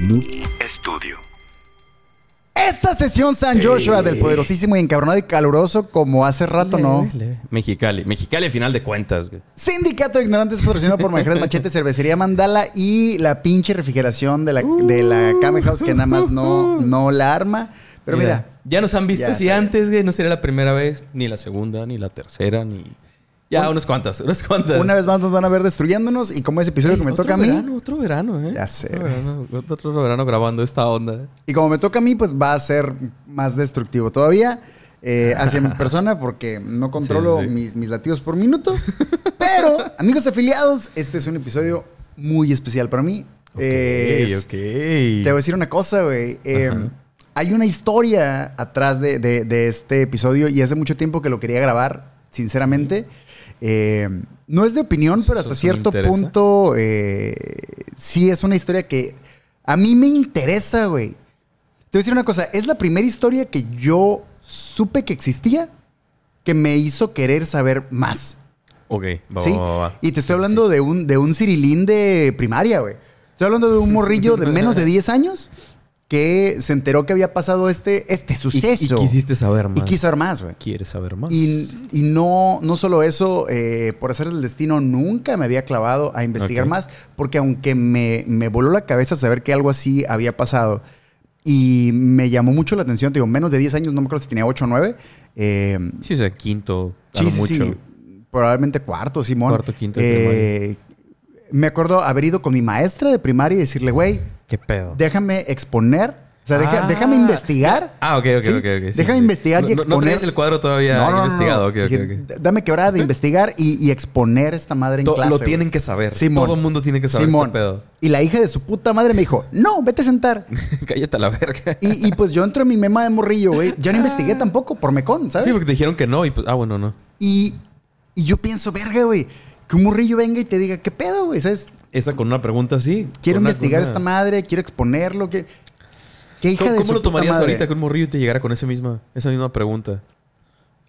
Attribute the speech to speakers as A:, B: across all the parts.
A: Noob
B: Estudio.
C: Esta sesión San
D: Sí.
C: Joshua del poderosísimo y encabronado y caluroso como hace rato, ¿no?
D: Mexicali. Mexicali al final de cuentas. güey.
C: Sindicato de Ignorantes patrocinado por Majeres Machete, Cervecería Mandala y la pinche refrigeración de la, de la Kame House que nada más
D: Uh.
C: no, no la arma. Pero mira,
D: Ya nos han visto
C: Ya
D: si
C: sé.
D: antes, güey. No sería la primera vez, ni la segunda, ni la tercera, ni. Ya, unas cuantas, unas cuantas.
C: una vez más nos van a ver destruyéndonos y como ese episodio que me
D: Otro
C: toca a mí,
D: verano, otro verano, ¿eh?
C: Ya sé,
D: Otro
C: güey.
D: verano, otro, otro verano grabando esta onda.
C: y como me toca a mí, pues va a ser más destructivo todavía eh, hacia mi persona porque no controlo
D: Sí, sí, sí.
C: Mis, mis latidos por minuto. Pero, amigos afiliados, este es un episodio muy especial para mí. Es-
D: Te
C: Te voy a decir una cosa, güey. Eh,
D: Ajá.
C: hay una historia atrás de, de- de este episodio y hace mucho tiempo que lo quería grabar, sinceramente. Eh, no es de opinión, pero hasta
D: eso me
C: cierto
D: interesa.
C: punto eh, sí es una historia que a mí me interesa, güey. Te voy a decir una cosa. Es la primera historia que yo supe que existía que me hizo querer saber más.
D: Ok, va,
C: ¿Sí?
D: va, Oh, va, va.
C: Y te estoy
D: Sí,
C: hablando de un, de un cirilín de primaria, güey. Estoy hablando de un morrillo de menos de 10 años que se enteró que había pasado este, este
D: sí. Y-
C: suceso.
D: Y, quisiste saber más.
C: Y quiso saber más, güey.
D: ¿Quieres saber más?
C: Y, y no, no solo eso, eh, por hacer el destino, nunca me había clavado a investigar
D: Ok.
C: más, porque aunque me, me voló la cabeza saber que algo así había pasado y me llamó mucho la atención, te digo, menos de 10 años, no me acuerdo si tenía 8 o 9, eh,
D: Sí, o sea, quinto, a
C: Sí,
D: lo
C: sí,
D: mucho.
C: sí. Probablemente cuarto, Simón.
D: Cuarto, quinto de
C: Eh, me acuerdo haber ido con mi maestra de primaria y decirle, güey,
D: ¿Qué pedo?
C: déjame exponer. O sea, deja-
D: Ah.
C: déjame investigar.
D: Ah, ok, ok,
C: ¿sí?
D: ok. okay sí,
C: déjame
D: sí.
C: investigar y
D: No- no-
C: exponer.
D: No, tenías el cuadro todavía
C: No, no, no, no.
D: investigado. ok, ok,
C: Dije,
D: ok.
C: "D- Dame quebrada de investigar y, y exponer esta madre en
D: To-
C: clase.
D: lo
C: güey".
D: tienen que saber.
C: Simón.
D: Todo el mundo tiene que saber
C: Simón.
D: este pedo.
C: Y la hija de su puta madre me dijo, no, vete a sentar.
D: Cállate a la verga.
C: Y, y pues yo entro en mi mema de morrillo, güey. Ya no investigué tampoco por mecón, ¿sabes?
D: Ah. Sí, porque te dijeron que no y pues, ah, bueno, no.
C: Y, y yo pienso, verga, güey, que un morrillo venga y te diga, ¿qué pedo, güey? ¿Sabes?
D: Esa con una pregunta así.
C: Quiero
D: con una-
C: investigar
D: con
C: esta
D: una-
C: madre, quiero exponerlo. Que, ¿Qué hija
D: ¿Cómo,
C: de
D: cómo
C: su
D: lo
C: puta
D: tomarías
C: madre?
D: ahorita que un morrillo te llegara con esa misma, esa misma pregunta?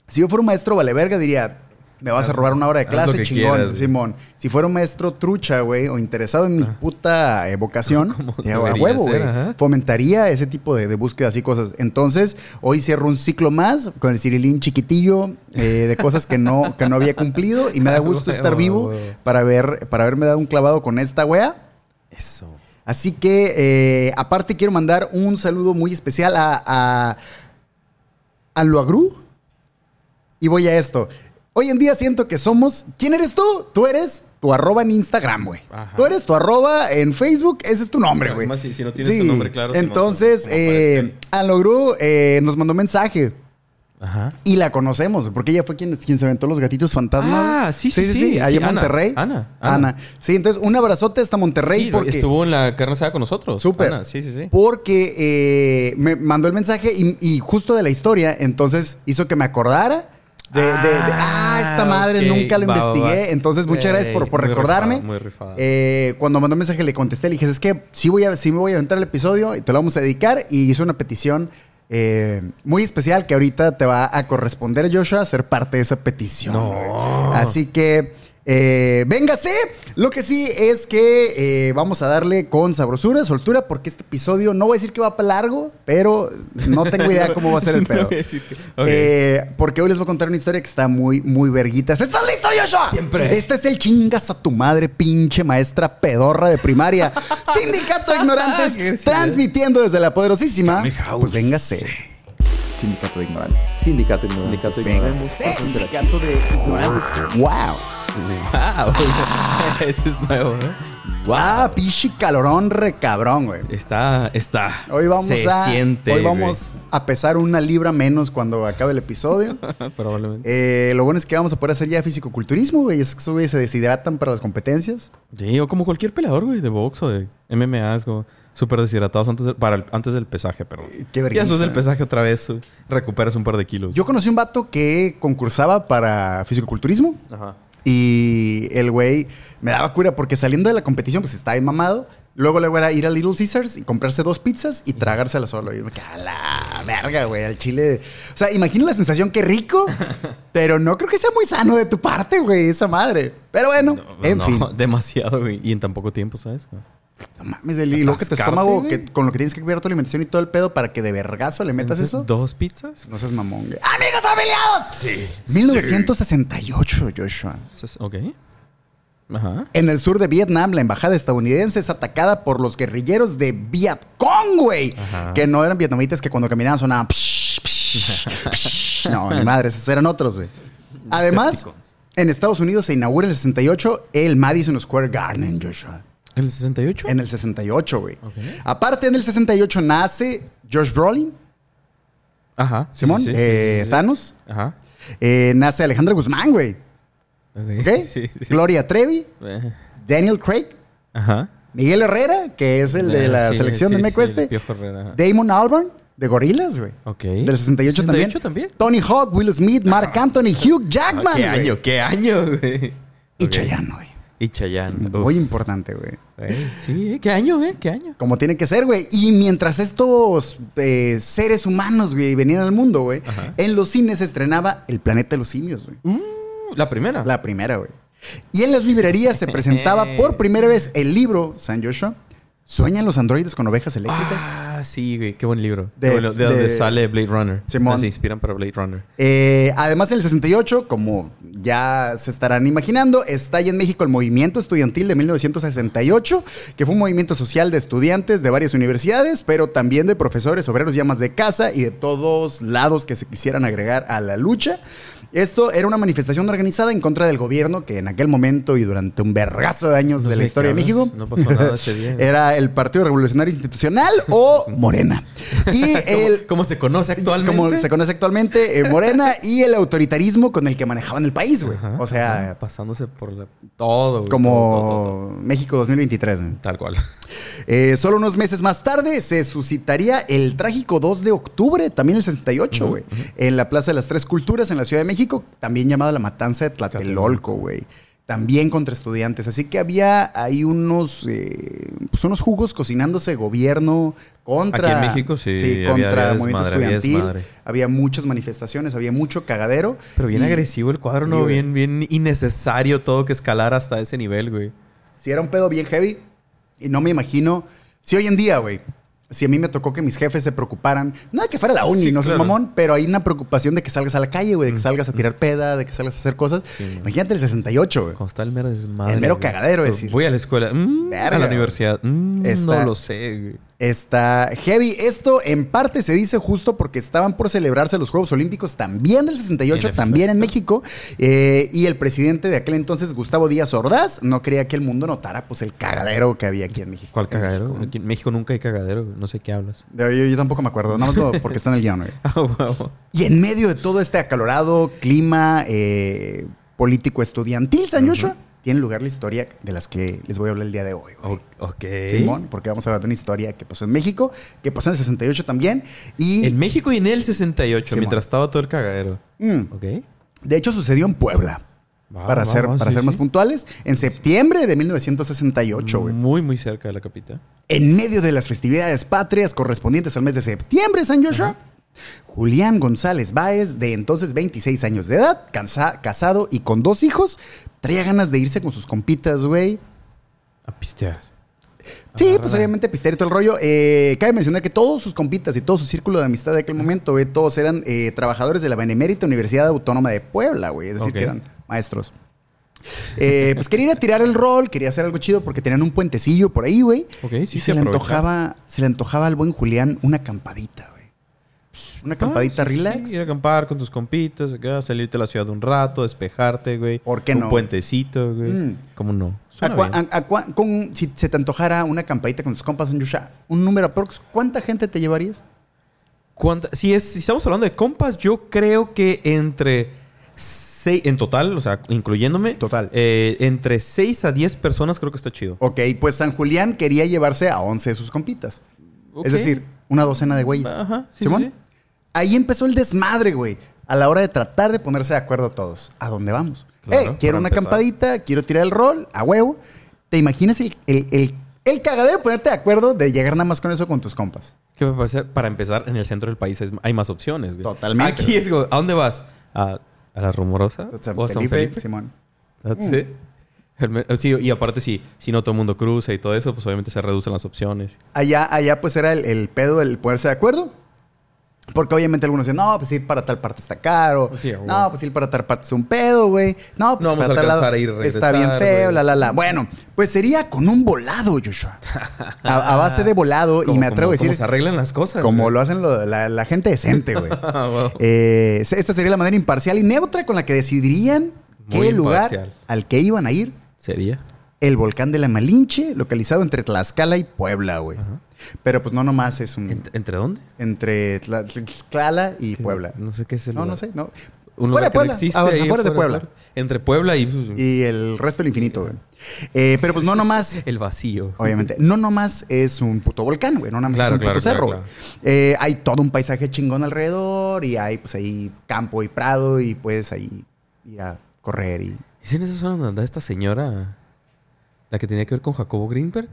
C: Si yo fuera un maestro vale verga, diría, me vas a robar una hora de
D: Haz
C: clase,
D: lo que
C: chingón,
D: quieras, güey.
C: Simón. Si fuera un maestro trucha, güey, o interesado en mi puta eh, vocación,
D: Como
C: diría, a
D: debería
C: huevo, güey.
D: ser, ajá.
C: Fomentaría ese tipo de, de búsquedas y cosas. Entonces, hoy cierro un ciclo más con el cirilín chiquitillo eh, de cosas que no, que no había cumplido y me da gusto
D: Huevo,
C: estar vivo
D: Ah, huevo.
C: para, ver, para haberme dado un clavado con esta wea.
D: Eso.
C: Así que, eh, aparte, quiero mandar un saludo muy especial a, a, a Loagru. Y voy a esto. Hoy en día siento que somos. ¿Quién eres tú? Tú eres tu arroba en Instagram, güey.
D: Ajá.
C: Tú eres tu arroba en Facebook. Ese es tu nombre, güey.
D: Además, si- si no tienes tu nombre, claro, si no,
C: Entonces,
D: como
C: eh, a Loagru eh, nos mandó mensaje.
D: Ajá.
C: Y la conocemos, porque ella fue quien, quien se aventó los gatitos fantasma.
D: Ah, sí, sí, sí.
C: Allá en
D: Sí, Ana,
C: Monterrey.
D: Ana,
C: Ana.
D: Ana.
C: Sí, entonces un abrazote hasta Monterrey.
D: Sí,
C: porque...
D: estuvo en la carne asada con nosotros.
C: Súper.
D: Ana, Sí, sí, sí.
C: Porque eh, me mandó el mensaje y, y justo de la historia, entonces hizo que me acordara. De, de- de, ah, esta madre
D: ok.
C: nunca lo
D: Va, va, va.
C: investigué. Entonces, muchas
D: Ey,
C: gracias por, por
D: muy
C: recordarme.
D: rifado, muy rifado.
C: Eh, cuando mandó un mensaje le contesté, le dije, es que sí, voy a, sí me voy a aventar el episodio y te lo vamos a dedicar. Y hizo una petición eh, muy especial que ahorita te va a corresponder, Joshua, ser parte de esa petición.
D: No.
C: güey. Así que, eh, véngase. Lo que sí es que eh, vamos a darle con sabrosura, soltura, porque este episodio no voy a decir que va para largo, pero no tengo idea cómo va a ser el pedo.
D: Ok.
C: Eh, porque hoy les voy a contar una historia que está muy, muy verguitas. ¿Estás listo, Joshua?
D: Siempre.
C: Este es el chingas a tu madre, pinche maestra pedorra de primaria. Sindicato de
D: Qué
C: Ignorantes,
D: agresividad.
C: transmitiendo desde la poderosísima.
D: Dame house.
C: Pues véngase. Sindicato de Ignorantes.
A: Sindicato Sindicato
C: Sindicato de Ignorantes. ¡Wow!
D: Wow. Ah, Ese es nuevo, ¿eh?
C: ¡Wow! Ah, Pinche calorón re cabrón, güey.
D: Está, está.
C: Hoy vamos
D: Se
C: a.
D: siente,
C: hoy
D: güey.
C: vamos a pesar una libra menos cuando acabe el episodio.
D: Probablemente.
C: Eh, lo bueno es que vamos a poder hacer ya fisicoculturismo, güey. Es que esos güeyes se deshidratan para las competencias.
D: Sí, o como cualquier peleador, güey, de box o de MMA, es como súper deshidratados antes, del- para el- antes del pesaje, perdón.
C: qué vergüenza.
D: Y después del pesaje otra vez eh, recuperas un par de kilos.
C: Yo conocí un vato que concursaba para fisicoculturismo
D: Ajá.
C: y el güey me daba cura porque saliendo de la competición, pues estaba bien mamado. Luego luego era ir a Little Caesars y comprarse dos pizzas y tragárselas solo. Y yo me quedé, a la verga, güey, al chile. O sea, imagino la sensación, qué rico, pero no creo que sea muy sano de tu parte, güey, esa madre. Pero bueno, en
D: No,
C: fin.
D: Demasiado, güey. Y en tan poco tiempo, ¿sabes?
C: No mames, el, y luego que tu
D: Atascarte,
C: estómago,
D: güey.
C: que, con lo que tienes que cuidar tu alimentación y todo el pedo para que de vergazo le metas eso.
D: ¿Dos pizzas?
C: No seas mamón. güey. ¡Amigos afiliados! 1968, Joshua.
D: Ses- Ok. Ajá.
C: En el sur de Vietnam, la embajada estadounidense es atacada por los guerrilleros de Vietcong, güey.
D: Ajá.
C: Que no eran vietnamitas que cuando caminaban sonaban... psh, psh, psh. No, ni madres, esos eran otros, güey. Además,
E: Decepticons.
C: en Estados Unidos se inaugura el 68 el Madison Square Garden, Joshua.
D: ¿En el 68?
C: En el 68, güey.
D: Ok.
C: Aparte, en el 68 nace Josh Brolin,
D: Ajá. sí,
C: Simón,
D: sí, sí, sí,
C: eh,
D: sí, sí.
C: Thanos.
D: Ajá.
C: Eh, nace Alejandra Guzmán, güey.
D: Ok.
C: ¿Ok?
D: Sí, sí.
C: Gloria Trevi,
D: Eh,
C: Daniel Craig,
D: Ajá.
C: Miguel Herrera, que es el de
D: Ah,
C: la
D: sí,
C: selección
D: sí,
C: de Meco
D: sí, el
C: este.
D: Piojo Herrera, ajá.
C: Damon Albarn, de Gorilas, güey.
D: Ok.
C: Del 68, también.
D: 68 también.
C: Tony Hawk, Will Smith, Mark Anthony, Hugh
D: Ah,
C: Jackman,
D: ¿Qué
C: güey.
D: año? ¿Qué año, güey?
C: Y
D: Ok.
C: Chayanne, güey.
E: Y Chayanne. Uf.
C: Muy importante, güey.
D: Güey, Sí, ¿eh? ¿qué año, eh? ¿Qué año?
C: Como tiene que ser, güey. Y mientras estos eh, seres humanos, güey, venían al mundo, güey,
D: Ajá.
C: en los cines se estrenaba El Planeta de los Simios, güey.
D: Uh, la primera.
C: La primera, güey. Y en las librerías se presentaba por primera vez el libro, San Joshua, ¿Sueñan los androides con ovejas eléctricas?
D: Ah, sí, güey. Qué buen libro.
C: De-
D: Qué bueno, de, donde
C: de-
D: sale Blade Runner.
C: Simón.
D: Ah, Se inspiran para Blade Runner.
C: Eh, además, en el 68, como ya se estarán imaginando, está ya en México el movimiento estudiantil de 1968, que fue un movimiento social de estudiantes de varias universidades, pero también de profesores, obreros y amas de casa y de todos lados que se quisieran agregar a la lucha. Esto era una manifestación organizada en contra del gobierno que en aquel momento y durante un vergazo de años
D: No
C: de
D: sé
C: la
D: de
C: historia de
D: qué
C: México Eh,
D: hablas. No pasó nada ese día.
C: era el Partido Revolucionario Institucional o Morena. Y el,
D: ¿Cómo, cómo se conoce actualmente?
C: como se conoce actualmente, eh, Morena y el autoritarismo con el que manejaban el país, güey.
D: Ajá,
C: O sea,
D: ajá, Eh, pasándose por la- todo, güey, todo, todo, todo.
C: como México 2023. güey.
D: Tal cual.
C: Eh, solo unos meses más tarde se suscitaría el trágico 2 de octubre, también el 68, güey, en la Plaza de las Tres Culturas en la Ciudad de México, también llamada la Matanza de Tlatelolco, güey. También contra estudiantes. Así que había ahí unos, eh, pues unos jugos cocinándose gobierno contra.
D: Aquí en México, sí, había-
C: contra
D: había
C: movimiento
D: desmadre, había
C: estudiantil. Había,
D: desmadre.
C: muchas manifestaciones, había mucho cagadero.
D: Pero bien
C: Y
D: agresivo el cuadro,
C: Sí,
D: ¿no?
C: güey.
D: Bien, bien innecesario todo que escalar hasta ese nivel, güey.
C: Si era un pedo bien heavy. Y no me imagino. Si hoy en día, güey. Si a mí me tocó que mis jefes se preocuparan, no de que fuera la uni,
D: Sí,
C: no seas
D: claro.
C: mamón, pero hay una preocupación de que salgas a la calle, güey, de que salgas a tirar peda, de que salgas a hacer cosas.
D: Sí,
C: Imagínate el 68, güey.
D: Cuando está el mero desmadre.
C: El mero
D: güey.
C: cagadero, es decir.
D: Voy a la escuela. mm,
C: Verga,
D: a la
C: güey.
D: universidad. mm,
C: Está-
D: No lo sé, güey.
C: Está heavy. Esto en parte se dice justo porque estaban por celebrarse los Juegos Olímpicos también del 68,
D: En
C: también en México. eh, y el presidente de aquel entonces, Gustavo Díaz Ordaz, no quería que el mundo notara pues el cagadero que había aquí en México.
D: ¿Cuál
C: En
D: cagadero?
C: México, ¿no?
D: Aquí en México nunca hay cagadero, güey. No sé qué hablas.
C: Yo, yo tampoco me acuerdo, nada más lo- porque está en el guión, güey.
D: Ah, huevo.
C: Y en medio de todo este acalorado clima eh, político estudiantil, San Joshua, tiene lugar la historia de las que les voy a hablar el día de hoy. güey.
D: O- ok.
C: Simón, porque vamos a hablar de una historia que pasó en México, que pasó en el 68 también. Y
D: En México y en el 68,
C: Simón.
D: mientras estaba todo el cagadero.
C: mm,
D: Ok.
C: de hecho sucedió en Puebla,
D: Va,
C: para
D: Ah, va,
C: ser,
D: va,
C: para
D: sí,
C: ser más
D: sí.
C: puntuales, en septiembre de 1968, güey.
D: Muy, muy cerca de la capital.
C: En medio de las festividades patrias correspondientes al mes de septiembre, San Joshua, Julián González Báez, de entonces 26 años de edad, cansa- casado y con dos hijos, traía ganas de irse con sus compitas, güey.
D: A pistear.
C: Sí,
D: Ajá.
C: pues obviamente pistear y todo el rollo. Eh, cabe mencionar que todos sus compitas y todo su círculo de amistad de aquel momento, güey, todos eran eh, trabajadores de la Benemérita Universidad Autónoma de Puebla, güey. Es decir,
D: Ok.
C: que eran maestros. Eh, pues quería ir a tirar el rol, quería hacer algo chido porque tenían un puentecillo por ahí, güey.
D: Ok, sí,
C: y se
D: sí,
C: le,
D: aprovechar.
C: antojaba, se le antojaba al buen Julián una acampadita, güey. Pues, Una acampadita
D: Ah, sí,
C: relax.
D: sí, ir a acampar con tus compitas, acá, salirte a la ciudad un rato, despejarte, güey.
C: ¿Por qué
D: un
C: no?
D: Un puentecito, güey.
C: Mm.
D: ¿Cómo no?
C: ¿A
D: Suena
C: cua-
D: bien.
C: a- a cua- con- si se te antojara una acampadita con tus compas en Yusha, un número aprox, ¿cuánta gente te llevarías?
D: ¿Cuánta- si, es, si estamos hablando de compas, yo creo que entre seis, en total, o sea, incluyéndome.
C: Total.
D: eh, entre 6 a 10 personas creo que está chido.
C: Ok, pues San Julián quería llevarse a 11 de sus compitas. Es decir, una docena de güeyes.
D: Ajá, sí,
C: ¿Simón?
D: sí, sí.
C: Ahí empezó el desmadre, güey. A la hora de tratar de ponerse de acuerdo todos. ¿A dónde vamos?
D: Claro,
C: eh, quiero
D: para
C: una
D: empezar.
C: acampadita, quiero tirar el rol, a huevo. ¿Te imaginas el, el, el- el cagadero ponerte de acuerdo de llegar nada más con eso con tus compas?
D: Que para empezar, para empezar, en el centro del país es- hay más opciones. güey.
C: Totalmente,
D: Aquí
C: güey.
D: es como, ¿a dónde vas? ¿A, a la rumorosa?
C: San
D: ¿O a San
C: Felipe,
D: Felipe? Ah,
C: Simón.
D: That's it.
F: El me- sí, y aparte, si, si no todo el mundo cruza y todo eso, pues obviamente se reducen las opciones.
C: Allá, allá pues era el, el pedo el ponerse de acuerdo. Porque obviamente algunos dicen, no, pues ir para tal parte está caro.
F: Sí, güey.
C: no, pues ir para tal parte es un pedo, güey. No, pues
G: No vamos
C: para
G: a
C: tal
G: alcanzar a ir y
C: Está bien
G: regresar,
C: feo,
G: güey.
C: la, la, la. Bueno, pues sería con un volado, Joshua. A, a base de volado, y
G: Como-
C: me atrevo
G: como-
C: a decir...
G: como se arreglan las cosas.
C: Como
G: güey.
C: lo hacen lo- la, la gente decente, güey.
G: Ah, wow.
C: Eh, se- esta sería la manera imparcial y neutra con la que decidirían
G: Muy
C: qué lugar
G: imparcial.
C: al que iban a ir
G: Sería.
C: el volcán de la Malinche, localizado entre Tlaxcala y Puebla, güey. Pero pues no nomás es un...
G: ¿Ent- ¿Entre dónde?
C: entre Tla- Tlaxcala y Puebla.
G: No sé qué es el
C: No,
G: lugar.
C: no sé, no. Fuera
G: Un
C: de
G: lugar que no
C: Puebla.
G: existe
C: Ah,
G: ahí
C: afuera de
G: fuera
C: Puebla.
G: Entre Puebla y... pues,
C: Y el resto del infinito, güey. Eh, pero pues no nomás
G: El vacío.
C: Obviamente. No nomás es un puto volcán, güey. No nomás
F: Claro,
C: es un
F: claro,
C: puto cerro.
F: claro,
C: güey. Eh, hay todo un paisaje chingón alrededor y hay, pues, ahí campo y prado y puedes ahí ir a correr y...
G: ¿Es en esa zona donde andaba esta señora? La que tenía que ver con Jacobo Greenberg.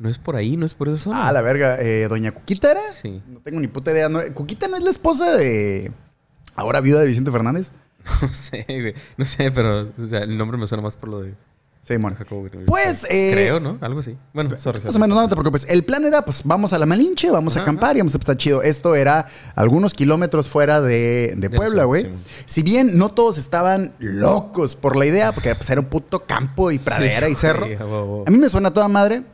G: ¿No es por ahí? ¿No es por esa zona?
C: Ah, la verga. eh, Doña Cuquita era.
G: Sí.
C: No tengo ni puta idea. No- Cuquita no es la esposa de... Ahora viuda de Vicente Fernández.
G: No sé, güey. No sé, pero o sea, el nombre me suena más por lo de
C: Simón.
G: Jacobo Greenberg.
C: Pues, eh, pues,
G: Creo, ¿no? Algo así. Bueno, sorry.
C: Más
G: sorry.
C: o menos, no te preocupes. El plan era, pues, vamos a la Malinche, vamos a
G: Ajá,
C: acampar y vamos a estar chido. Esto era algunos kilómetros fuera de, de
G: Del
C: Puebla,
G: sur,
C: güey.
G: sí.
C: Si bien no todos estaban locos por la idea, porque pues, era un puto campo y pradera y
G: Sí,
C: cerro.
G: güey, a huevo.
C: A mí me suena a toda madre.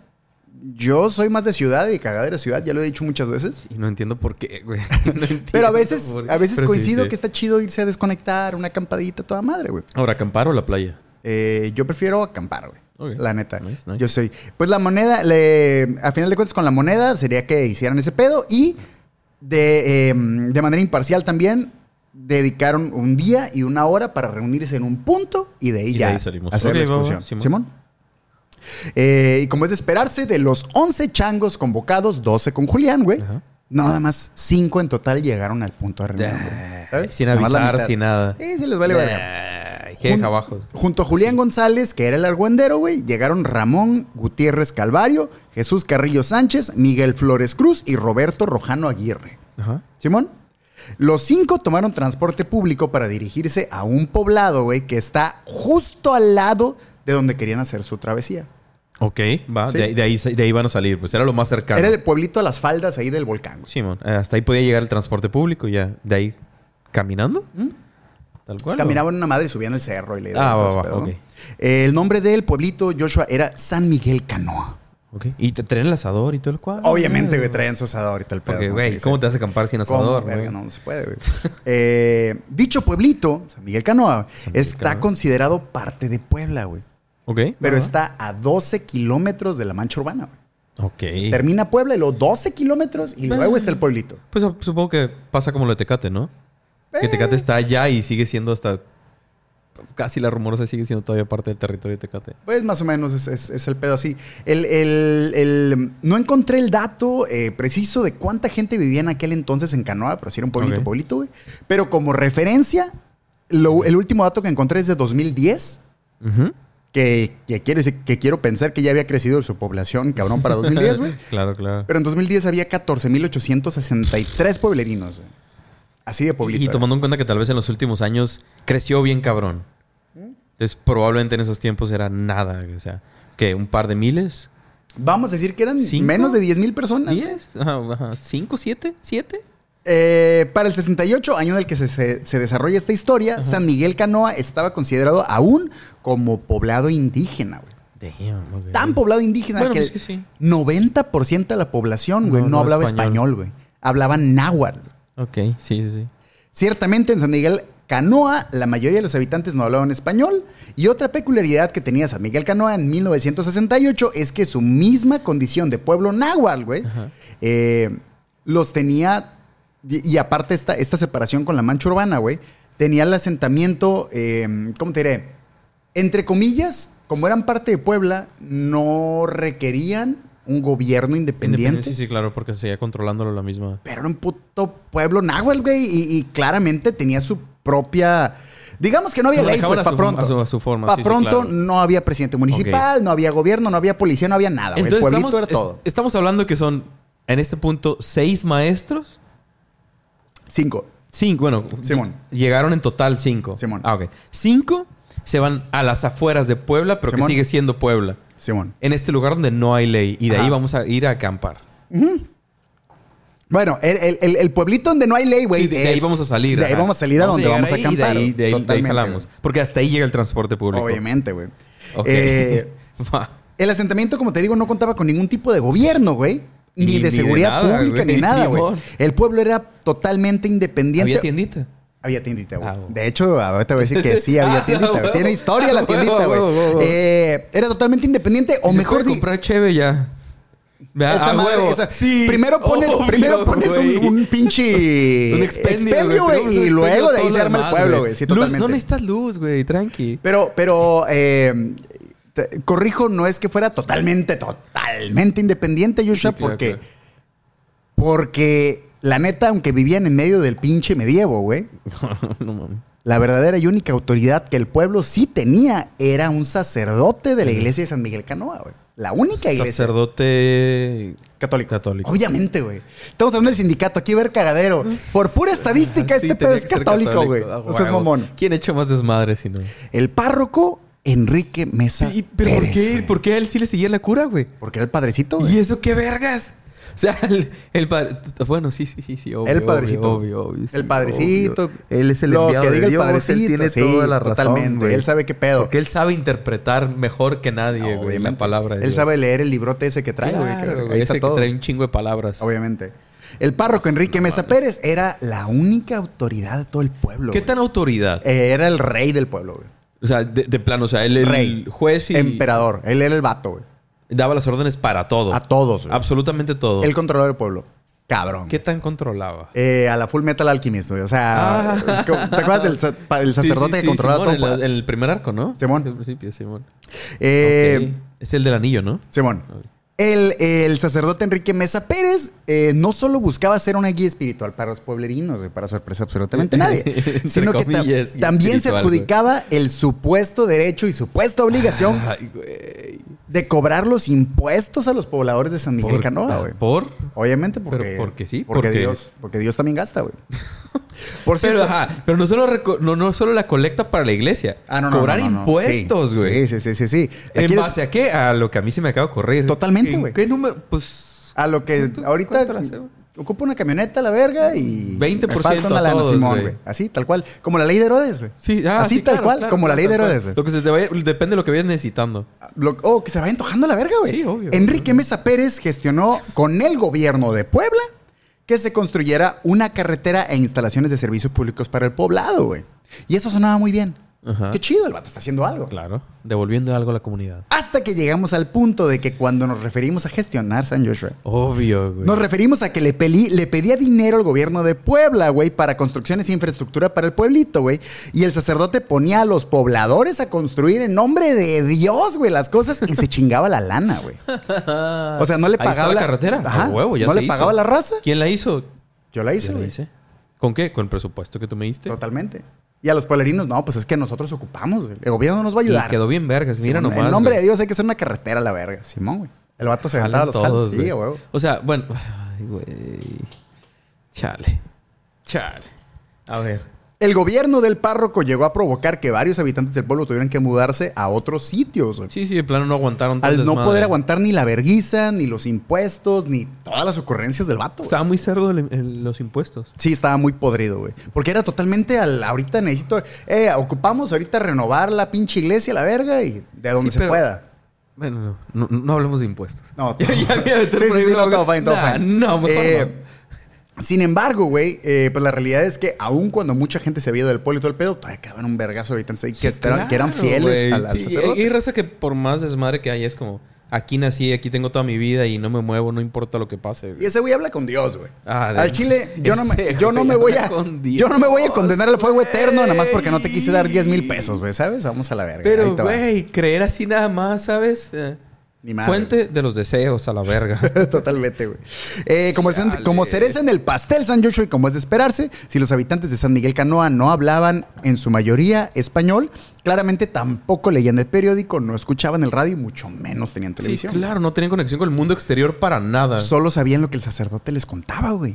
C: Yo soy más de ciudad y cagadera de ciudad, ya lo he dicho muchas veces.
G: Y no entiendo por qué, güey. No entiendo
C: Pero a veces,
G: por qué.
C: a veces
G: Pero sí,
C: coincido
G: sí.
C: que está chido irse a desconectar, una acampadita, toda madre, güey.
F: Ahora, ¿acampar o la playa?
C: Eh, yo prefiero acampar, güey.
G: Ok.
C: La neta.
G: Nice, nice.
C: Yo soy. Pues la moneda, le- a final de cuentas, con la moneda sería que hicieran ese pedo y de, eh, de manera imparcial también dedicaron un día y una hora para reunirse en un punto y de ahí
F: Y de
C: ya
F: ahí salimos.
C: hacer la
G: Ok, va, va,
C: excursión. Simón.
G: Simón.
C: Eh, y como es de esperarse, de los 11 changos convocados, 12 con Julián, güey.
G: Ajá.
C: Nada más 5 en total llegaron al punto de reunión, güey.
G: Ah,
C: ¿Sabes?
G: Sin
C: Nada más la
G: avisar,
C: mitad. Eh,
G: sin nada.
C: Sí, sí les vale verga.
G: Ay, qué deja abajo.
C: Junto a Julián González, que era el argüendero, güey, llegaron Ramón Gutiérrez Calvario, Jesús Carrillo Sánchez, Miguel Flores Cruz y Roberto Rojano Aguirre.
G: Ajá.
C: Simón, los cinco tomaron transporte público para dirigirse a un poblado, güey, que está justo al lado de donde querían hacer su travesía.
F: Ok, va.
C: Sí.
F: De, de ahí, sa- de ahí van a salir, pues era lo más cercano.
C: Era el pueblito a las faldas ahí del volcán. güey.
G: Simón, eh, hasta ahí podía llegar el transporte público ya. De ahí, caminando.
C: ¿Mm?
G: Tal cual. ¿o?
C: Caminaban una madre y subían el cerro y le daban
G: Ah,
C: todo
G: va,
C: ese
G: va,
C: pedo, ¿no?
G: ok.
C: Eh, El nombre del pueblito, Joshua, era San Miguel Canoa.
G: Ok. Y te traen el asador y todo el cuadro.
C: Obviamente, güey,
G: güey.
C: traían su asador y todo el pedo.
G: Porque,
C: ¿no?
G: Ah. güey,
C: Que
G: ¿cómo
C: se-
G: te vas a acampar sin
C: ¿Cómo?
G: asador,
C: Verga,
G: güey?
C: no, no se puede, güey. Eh, dicho pueblito, San Miguel Canoa,
G: Miguel
C: está
G: Canoa.
C: considerado parte de Puebla, güey.
F: Ok.
C: Pero
F: va, va.
C: está a 12 kilómetros de la mancha urbana, güey.
F: Ok.
C: Termina Puebla y luego 12 kilómetros y
G: Bueno.
C: luego está el pueblito.
F: Pues sup- supongo que pasa como lo de Tecate, ¿no? Que Tecate
C: Eh.
F: está allá y sigue siendo hasta. Casi la rumorosa sigue siendo todavía parte del territorio de Tecate.
C: Pues más o menos es, es- es el pedo así. El, el- el- no encontré el dato eh, preciso de cuánta gente vivía en aquel entonces en Canoa, pero sí era un pueblito,
F: Ok.
C: pueblito, güey. Pero como referencia, lo- el último dato que encontré es de 2010.
F: Ujú.
C: que, que quiero, decir- que quiero pensar que ya había crecido su población, cabrón, para 2010, güey.
F: Claro, claro.
C: Pero en 2010 había 14.863 pueblerinos, güey. Así de pueblito.
F: y
C: era.
F: tomando en cuenta que tal vez en los últimos años creció bien cabrón.
C: ¿Mm?
F: Entonces, probablemente en esos tiempos era nada. O sea, que un par de miles.
C: Vamos a decir que eran
F: ¿Cinco?
C: menos de 10.000 personas.
F: ¿Diez? Ajá, ajá. ¿Cinco, siete? ¿Siete?
C: Eh, para el 68, año en el que se, se- se desarrolla esta historia, San Miguel Canoa estaba considerado aún como poblado indígena, güey.
F: Damn, ok.
C: Tan poblado indígena
F: Bueno,
C: que
F: pues
C: el
F: que sí.
C: 90% de la población, güey, no,
F: No, no
C: hablaba español,
F: español.
C: güey. Hablaban náhuatl.
F: Ok, sí, sí, sí.
C: Ciertamente en San Miguel Canoa la mayoría de los habitantes no hablaban español y otra peculiaridad que tenía San Miguel Canoa en 1968 es que su misma condición de pueblo náhuatl, güey, eh, los tenía, y, y aparte esta, esta separación con la mancha urbana, güey, tenía el asentamiento, eh, ¿cómo te diré? Entre comillas, como eran parte de Puebla, no requerían un gobierno independiente.
F: Sí, sí, claro, porque seguía controlándolo la misma.
C: Pero era un puto pueblo náhuatl, güey. Y, y claramente tenía su propia. Digamos que no había
F: Lo
C: ley,
F: dejaban
C: pues,
F: a
C: para
F: su-
C: pronto.
F: a su- a su forma,
C: Para
F: sí, sí,
C: pronto
F: claro.
C: no había presidente municipal, no había gobierno, no había policía, no había nada, güey. El
F: Entonces,
C: pueblito
F: estamos,
C: era todo.
F: es- estamos hablando que son, en este punto, seis maestros.
C: Cinco.
F: Cinco, bueno.
C: Simón.
F: ll- Llegaron en total cinco.
C: Simón.
F: Ah, ok. Cinco se van a las afueras de Puebla, pero
C: Simón.
F: que sigue siendo Puebla.
C: Simón.
F: En este lugar donde no hay ley. Y de
C: Ajá.
F: ahí vamos a ir a acampar.
C: Bueno, el, el- el- el pueblito donde no hay ley, güey.
F: Sí, de, de ahí
C: es-
F: vamos a salir.
C: De ahí
F: ajá.
C: vamos a salir a donde
F: llegar
C: vamos a
F: ahí y de
C: acampar.
F: ahí- de ahí, de ahí
C: Totalmente,
F: jalamos.
C: güey.
F: Porque hasta ahí llega el transporte público.
C: Obviamente, güey.
F: Ok.
C: Eh,
F: Va.
C: el asentamiento, como te digo, no contaba con ningún tipo de gobierno, güey. Ni,
F: Ni-
C: de
F: ni de
C: seguridad
F: nada,
C: pública,
F: güey,
C: ni nada, güey.
F: Simón.
C: El pueblo era totalmente independiente.
F: Había tiendita.
C: Había tiendita, güey.
F: Ah, güey.
C: De hecho, ahorita voy a decir que sí había
F: Ah,
C: tiendita, güey.
F: huevo.
C: Tiene historia la
F: Huevo,
C: tiendita, güey.
F: huevo, huevo.
C: Eh, era totalmente independiente, o
F: Si se
C: mejor
F: puede
C: di-
F: comprar cheve ya. Vea,
C: esa
F: a
C: madre,
F: huevo.
C: esa-
F: Sí,
C: primero pones,
F: obvio,
C: primero pones un,
F: güey.
C: un pinche
F: Un
C: expendio,
F: expendio, güey.
C: güey, y
F: Tenemos un
C: luego
F: expendio
C: de ahí
F: todo
C: se
F: lo
C: arma el
F: demás,
C: pueblo, güey. Sí,
F: Luz,
C: totalmente.
F: No necesitas luz, güey. Tranqui.
C: Pero, pero, eh, te- corrijo, no es que fuera totalmente, totalmente independiente, Yusha,
F: Sí, claro,
C: porque,
F: claro.
C: porque la neta, aunque vivían en medio del pinche medievo, güey,
F: no mames.
C: la verdadera y única autoridad que el pueblo sí tenía era un sacerdote de la iglesia de San Miguel Canoa, güey. La única iglesia.
F: Sacerdote
C: Católico.
F: Católico. Pues,
C: Obviamente, güey. Estamos hablando del sindicato, aquí va a haber cagadero. Por pura estadística,
F: Sí,
C: este pedo
F: tenía
C: es
F: que ser
C: católico, güey.
F: Ah,
C: O sea, es
F: huevo.
C: mamón.
F: ¿Quién ha hecho más desmadre si no?
C: El párroco Enrique Mesa.
F: ¿Y, ¿Pero por
C: Pérez,
F: qué?
C: güey.
F: ¿Por qué a él sí le seguía la cura, güey?
C: Porque era el padrecito, güey.
F: ¿Y eso qué vergas? O sea, el, el padre. Bueno, sí, sí, sí, sí. obvio,
C: El
F: obvio,
C: padrecito.
F: Obvio, obvio, sí,
C: el padrecito.
F: obvio. Él es el
C: Lo
F: enviado
C: que
F: de
C: diga
F: Dios.
C: el padrecito.
F: él tiene
C: sí,
F: toda la razón,
C: Totalmente.
F: güey.
C: Él sabe qué pedo.
F: Porque él sabe interpretar mejor que nadie, güey,
C: Obviamente.
F: la palabra de
C: Él
F: Dios.
C: sabe leer el librote ese que trae, güey. que-
F: Claro, güey.
C: ahí
F: ese
C: está
F: que
C: todo.
F: trae un chingo de palabras.
C: Obviamente. El párroco Enrique Mesa Pérez era la única autoridad de todo el pueblo.
F: ¿Qué
C: güey.
F: tan autoridad?
C: Eh, era el rey del pueblo, güey.
F: o sea, de, de plano, o sea, él el
C: Rey.
F: juez y
C: Emperador. Él era el vato, güey.
F: daba las órdenes para todo.
C: A todos, güey.
F: Absolutamente todo.
C: El controlador del pueblo. Cabrón.
F: ¿Qué tan controlaba?
C: Eh, a la Full Metal Alchemist, güey. O sea,
F: Ah.
C: es como- ¿te acuerdas del sa- pa- el sacerdote
F: Sí, sí, sí,
C: que controlaba
F: Simón,
C: todo? pues.
F: En, la- en el primer arco, ¿no?
C: Simón.
F: Al principio, Simón.
C: Eh,
F: Ok. Es el del anillo, ¿no?
C: Simón. El, el sacerdote Enrique Mesa Pérez eh, no solo buscaba ser una guía espiritual para los pueblerinos, güey, para sorpresa absolutamente nadie,
F: Entre
C: sino que ta-
F: comillas, guía
C: también se
F: espiritual,
C: adjudicaba el supuesto derecho y supuesta obligación
F: Ay, güey.
C: de cobrar los impuestos a los pobladores de San Miguel
F: Por-
C: Canoa, güey.
F: Ah,
C: Pues
F: ¿Por?
C: Obviamente
F: Pero
C: porque...
F: porque sí,
C: Porque,
F: porque-
C: Dios, porque Dios también gasta, güey. Por
F: Pero,
C: cierto-
F: ajá, pero no solo, reco- no, no solo la colecta para la iglesia.
C: Ah, no, no,
F: Cobrar
C: no, no, no.
F: impuestos,
C: Sí.
F: güey.
C: Sí, sí, sí, sí. sí.
F: ¿En
C: Aquí-
F: base a qué? A lo que a mí se me acaba de ocurrir.
C: Totalmente,
F: ¿En
C: güey.
F: ¿Qué número? Pues.
C: A lo que
F: ¿Cuánto-
C: ahorita
F: cuánto la hacemos?
C: ocupa una camioneta a la verga y
F: 20%
C: me falta una
F: a
C: lana,
F: todos,
C: Simón,
F: güey.
C: güey. Así, tal cual. Como la ley de Herodes, güey.
F: Sí, ah,
C: Así
F: sí,
C: tal
F: claro,
C: cual,
F: claro,
C: como la
F: claro,
C: ley de
F: tal cual.
C: Herodes. güey.
F: Lo que se te vaya, depende de lo que vayas necesitando.
C: Lo- oh, que se va antojando la verga, güey.
F: Sí, obvio.
C: Enrique Mesa Pérez gestionó con el gobierno de Puebla que se construyera una carretera e instalaciones de servicios públicos para el poblado, güey. Y eso sonaba muy bien.
F: Ajá.
C: Qué chido, el vato está haciendo algo.
F: Claro. Devolviendo algo a la comunidad.
C: Hasta que llegamos al punto de que cuando nos referimos a gestionar San Joshua,
F: Obvio, güey.
C: Nos referimos a que le, peli- le pedía dinero al gobierno de Puebla, güey, para construcciones e infraestructura para el pueblito, güey. Y el sacerdote ponía a los pobladores a construir en nombre de Dios, güey, las cosas y se chingaba la lana, güey. O sea, no le
F: Ahí
C: pagaba
F: está la carretera.
C: Ajá.
F: A huevo, ya
C: no
F: se
C: le
F: hizo.
C: pagaba la raza.
F: ¿Quién la hizo?
C: Yo la hice,
F: Yo la
C: güey.
F: hice. ¿Con qué? Con el presupuesto que tú me diste.
C: Totalmente. Y a los pueblerinos, no, pues es que nosotros ocupamos, güey. El gobierno nos va a
F: Y
C: ayudar.
F: quedó bien vergas. Mira
C: Simón,
F: nomás.
C: En nombre
F: güey.
C: de Dios hay que hacer una carretera a la verga. Simón, güey. El vato se aventaba
F: Jalan
C: los jalos.
F: todos,
C: Sí,
F: güey.
C: a huevo.
F: O sea, bueno. Ay, güey. Chale. Chale. A ver.
C: El gobierno del párroco llegó a provocar que varios habitantes del pueblo tuvieran que mudarse a otros sitios. güey.
F: Sí, sí, de plano no aguantaron todo el
C: Al no
F: desmadre.
C: poder aguantar ni la verguiza, ni los impuestos, ni todas las ocurrencias del vato. güey.
F: Estaba muy cerdo el- el- los impuestos.
C: Sí, estaba muy podrido, güey. Porque era totalmente al. Ahorita necesito. Eh, ocupamos ahorita renovar la pinche iglesia, la verga, y de donde
F: Sí,
C: se
F: pero-
C: pueda.
F: Bueno, no, no, no hablemos de impuestos.
C: No,
F: ya,
C: todo-
F: ya me iba a meter
C: Sí,
F: por
C: sí,
F: ahí
C: sí,
F: una
C: no, todo
F: boca.
C: fine, todo
F: Nah,
C: fine.
F: No, mejor
C: Eh,
F: no.
C: Sin embargo, güey, eh, pues la realidad es que aun cuando mucha gente se había ido del pueblo y todo el pedo, todavía quedaban un vergazo de habitantes ahí que,
F: Sí,
C: eran, que eran
F: claro,
C: fieles
F: güey.
C: al, al
F: Sí,
C: sacerdote.
F: Hay, hay raza que por más desmadre que haya es como, aquí nací, aquí tengo toda mi vida y no me muevo, no importa lo que pase.
C: Y ese güey habla con Dios, güey.
F: Ah, de-
C: Al chile, yo no me,
F: Ese
C: yo no me
F: güey
C: voy a.
F: habla con Dios,
C: yo no me voy a condenar al fuego eterno, nada más
F: güey.
C: porque no te quise dar 10 mil pesos, güey, ¿sabes? Vamos a la verga. Ahí
F: Pero,
C: te va.
F: güey, creer así nada más, ¿sabes? Eh,
C: Ni madre.
F: Fuente de los deseos a la verga.
C: Totalmente, güey. Eh, como, cen- como cereza en el pastel, San Joshua, y como es de esperarse, si los habitantes de San Miguel Canoa no hablaban en su mayoría español, claramente tampoco leían el periódico, no escuchaban el radio y mucho menos tenían
F: sí,
C: televisión.
F: claro, no tenían conexión con el mundo exterior para nada.
C: Solo sabían lo que el sacerdote les contaba, güey.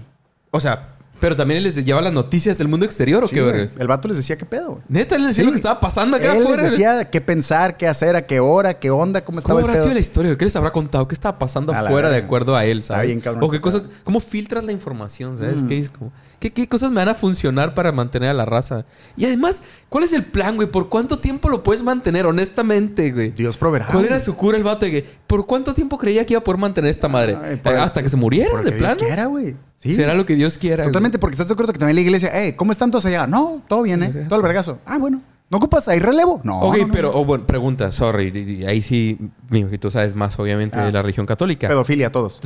F: o sea, Pero también él les lleva las noticias del mundo exterior o
C: Sí,
F: qué
C: güey.
F: vergas.
C: El vato les decía qué pedo.
F: Neta, él les decía
C: Sí.
F: lo que estaba pasando acá
C: Él
F: afuera.
C: les decía qué pensar, qué hacer, a qué hora, qué onda, cómo
F: ¿Cómo
C: estaba
F: habrá
C: el
F: sido
C: pedo.
F: la historia? ¿Qué les habrá contado? ¿Qué estaba pasando
C: A la
F: afuera de
C: verga.
F: acuerdo a él?
C: Está
F: ¿sabes?
C: bien cabrón Mm.
F: ¿O qué
C: este
F: cosas, ¿Cómo filtras la información? ¿Sabes? ¿Qué, es como- qué- qué cosas me van a funcionar para mantener a la raza? Y además, ¿cuál es el plan, güey? ¿Por cuánto tiempo lo puedes mantener, honestamente, güey?
C: Dios proveerá.
F: ¿Cuál era
C: güey.
F: su cura el vato? De que, ¿Por cuánto tiempo creía que iba a poder mantener esta madre?
C: Ay, por-
F: ¿Hasta que se muriera,
C: Por
F: de
C: lo que Dios
F: plano?
C: quiera, güey. Sí.
F: Será lo que Dios quiera. güey.
C: Totalmente, porque estás de acuerdo que también la iglesia, eh, ¿cómo están todos allá? No, todo bien, ¿eh? Todo el vergazo. Ah, bueno. ¿No ocupas ahí relevo? No.
F: Ok,
C: no, no.
F: pero, oh, bueno, pregunta, sorry. y- y Ahí sí, mi tú sabes más, obviamente,
C: Ah.
F: de la religión católica.
C: Pedofilia, todos.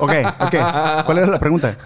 C: ok, ok. ¿Cuál era la pregunta?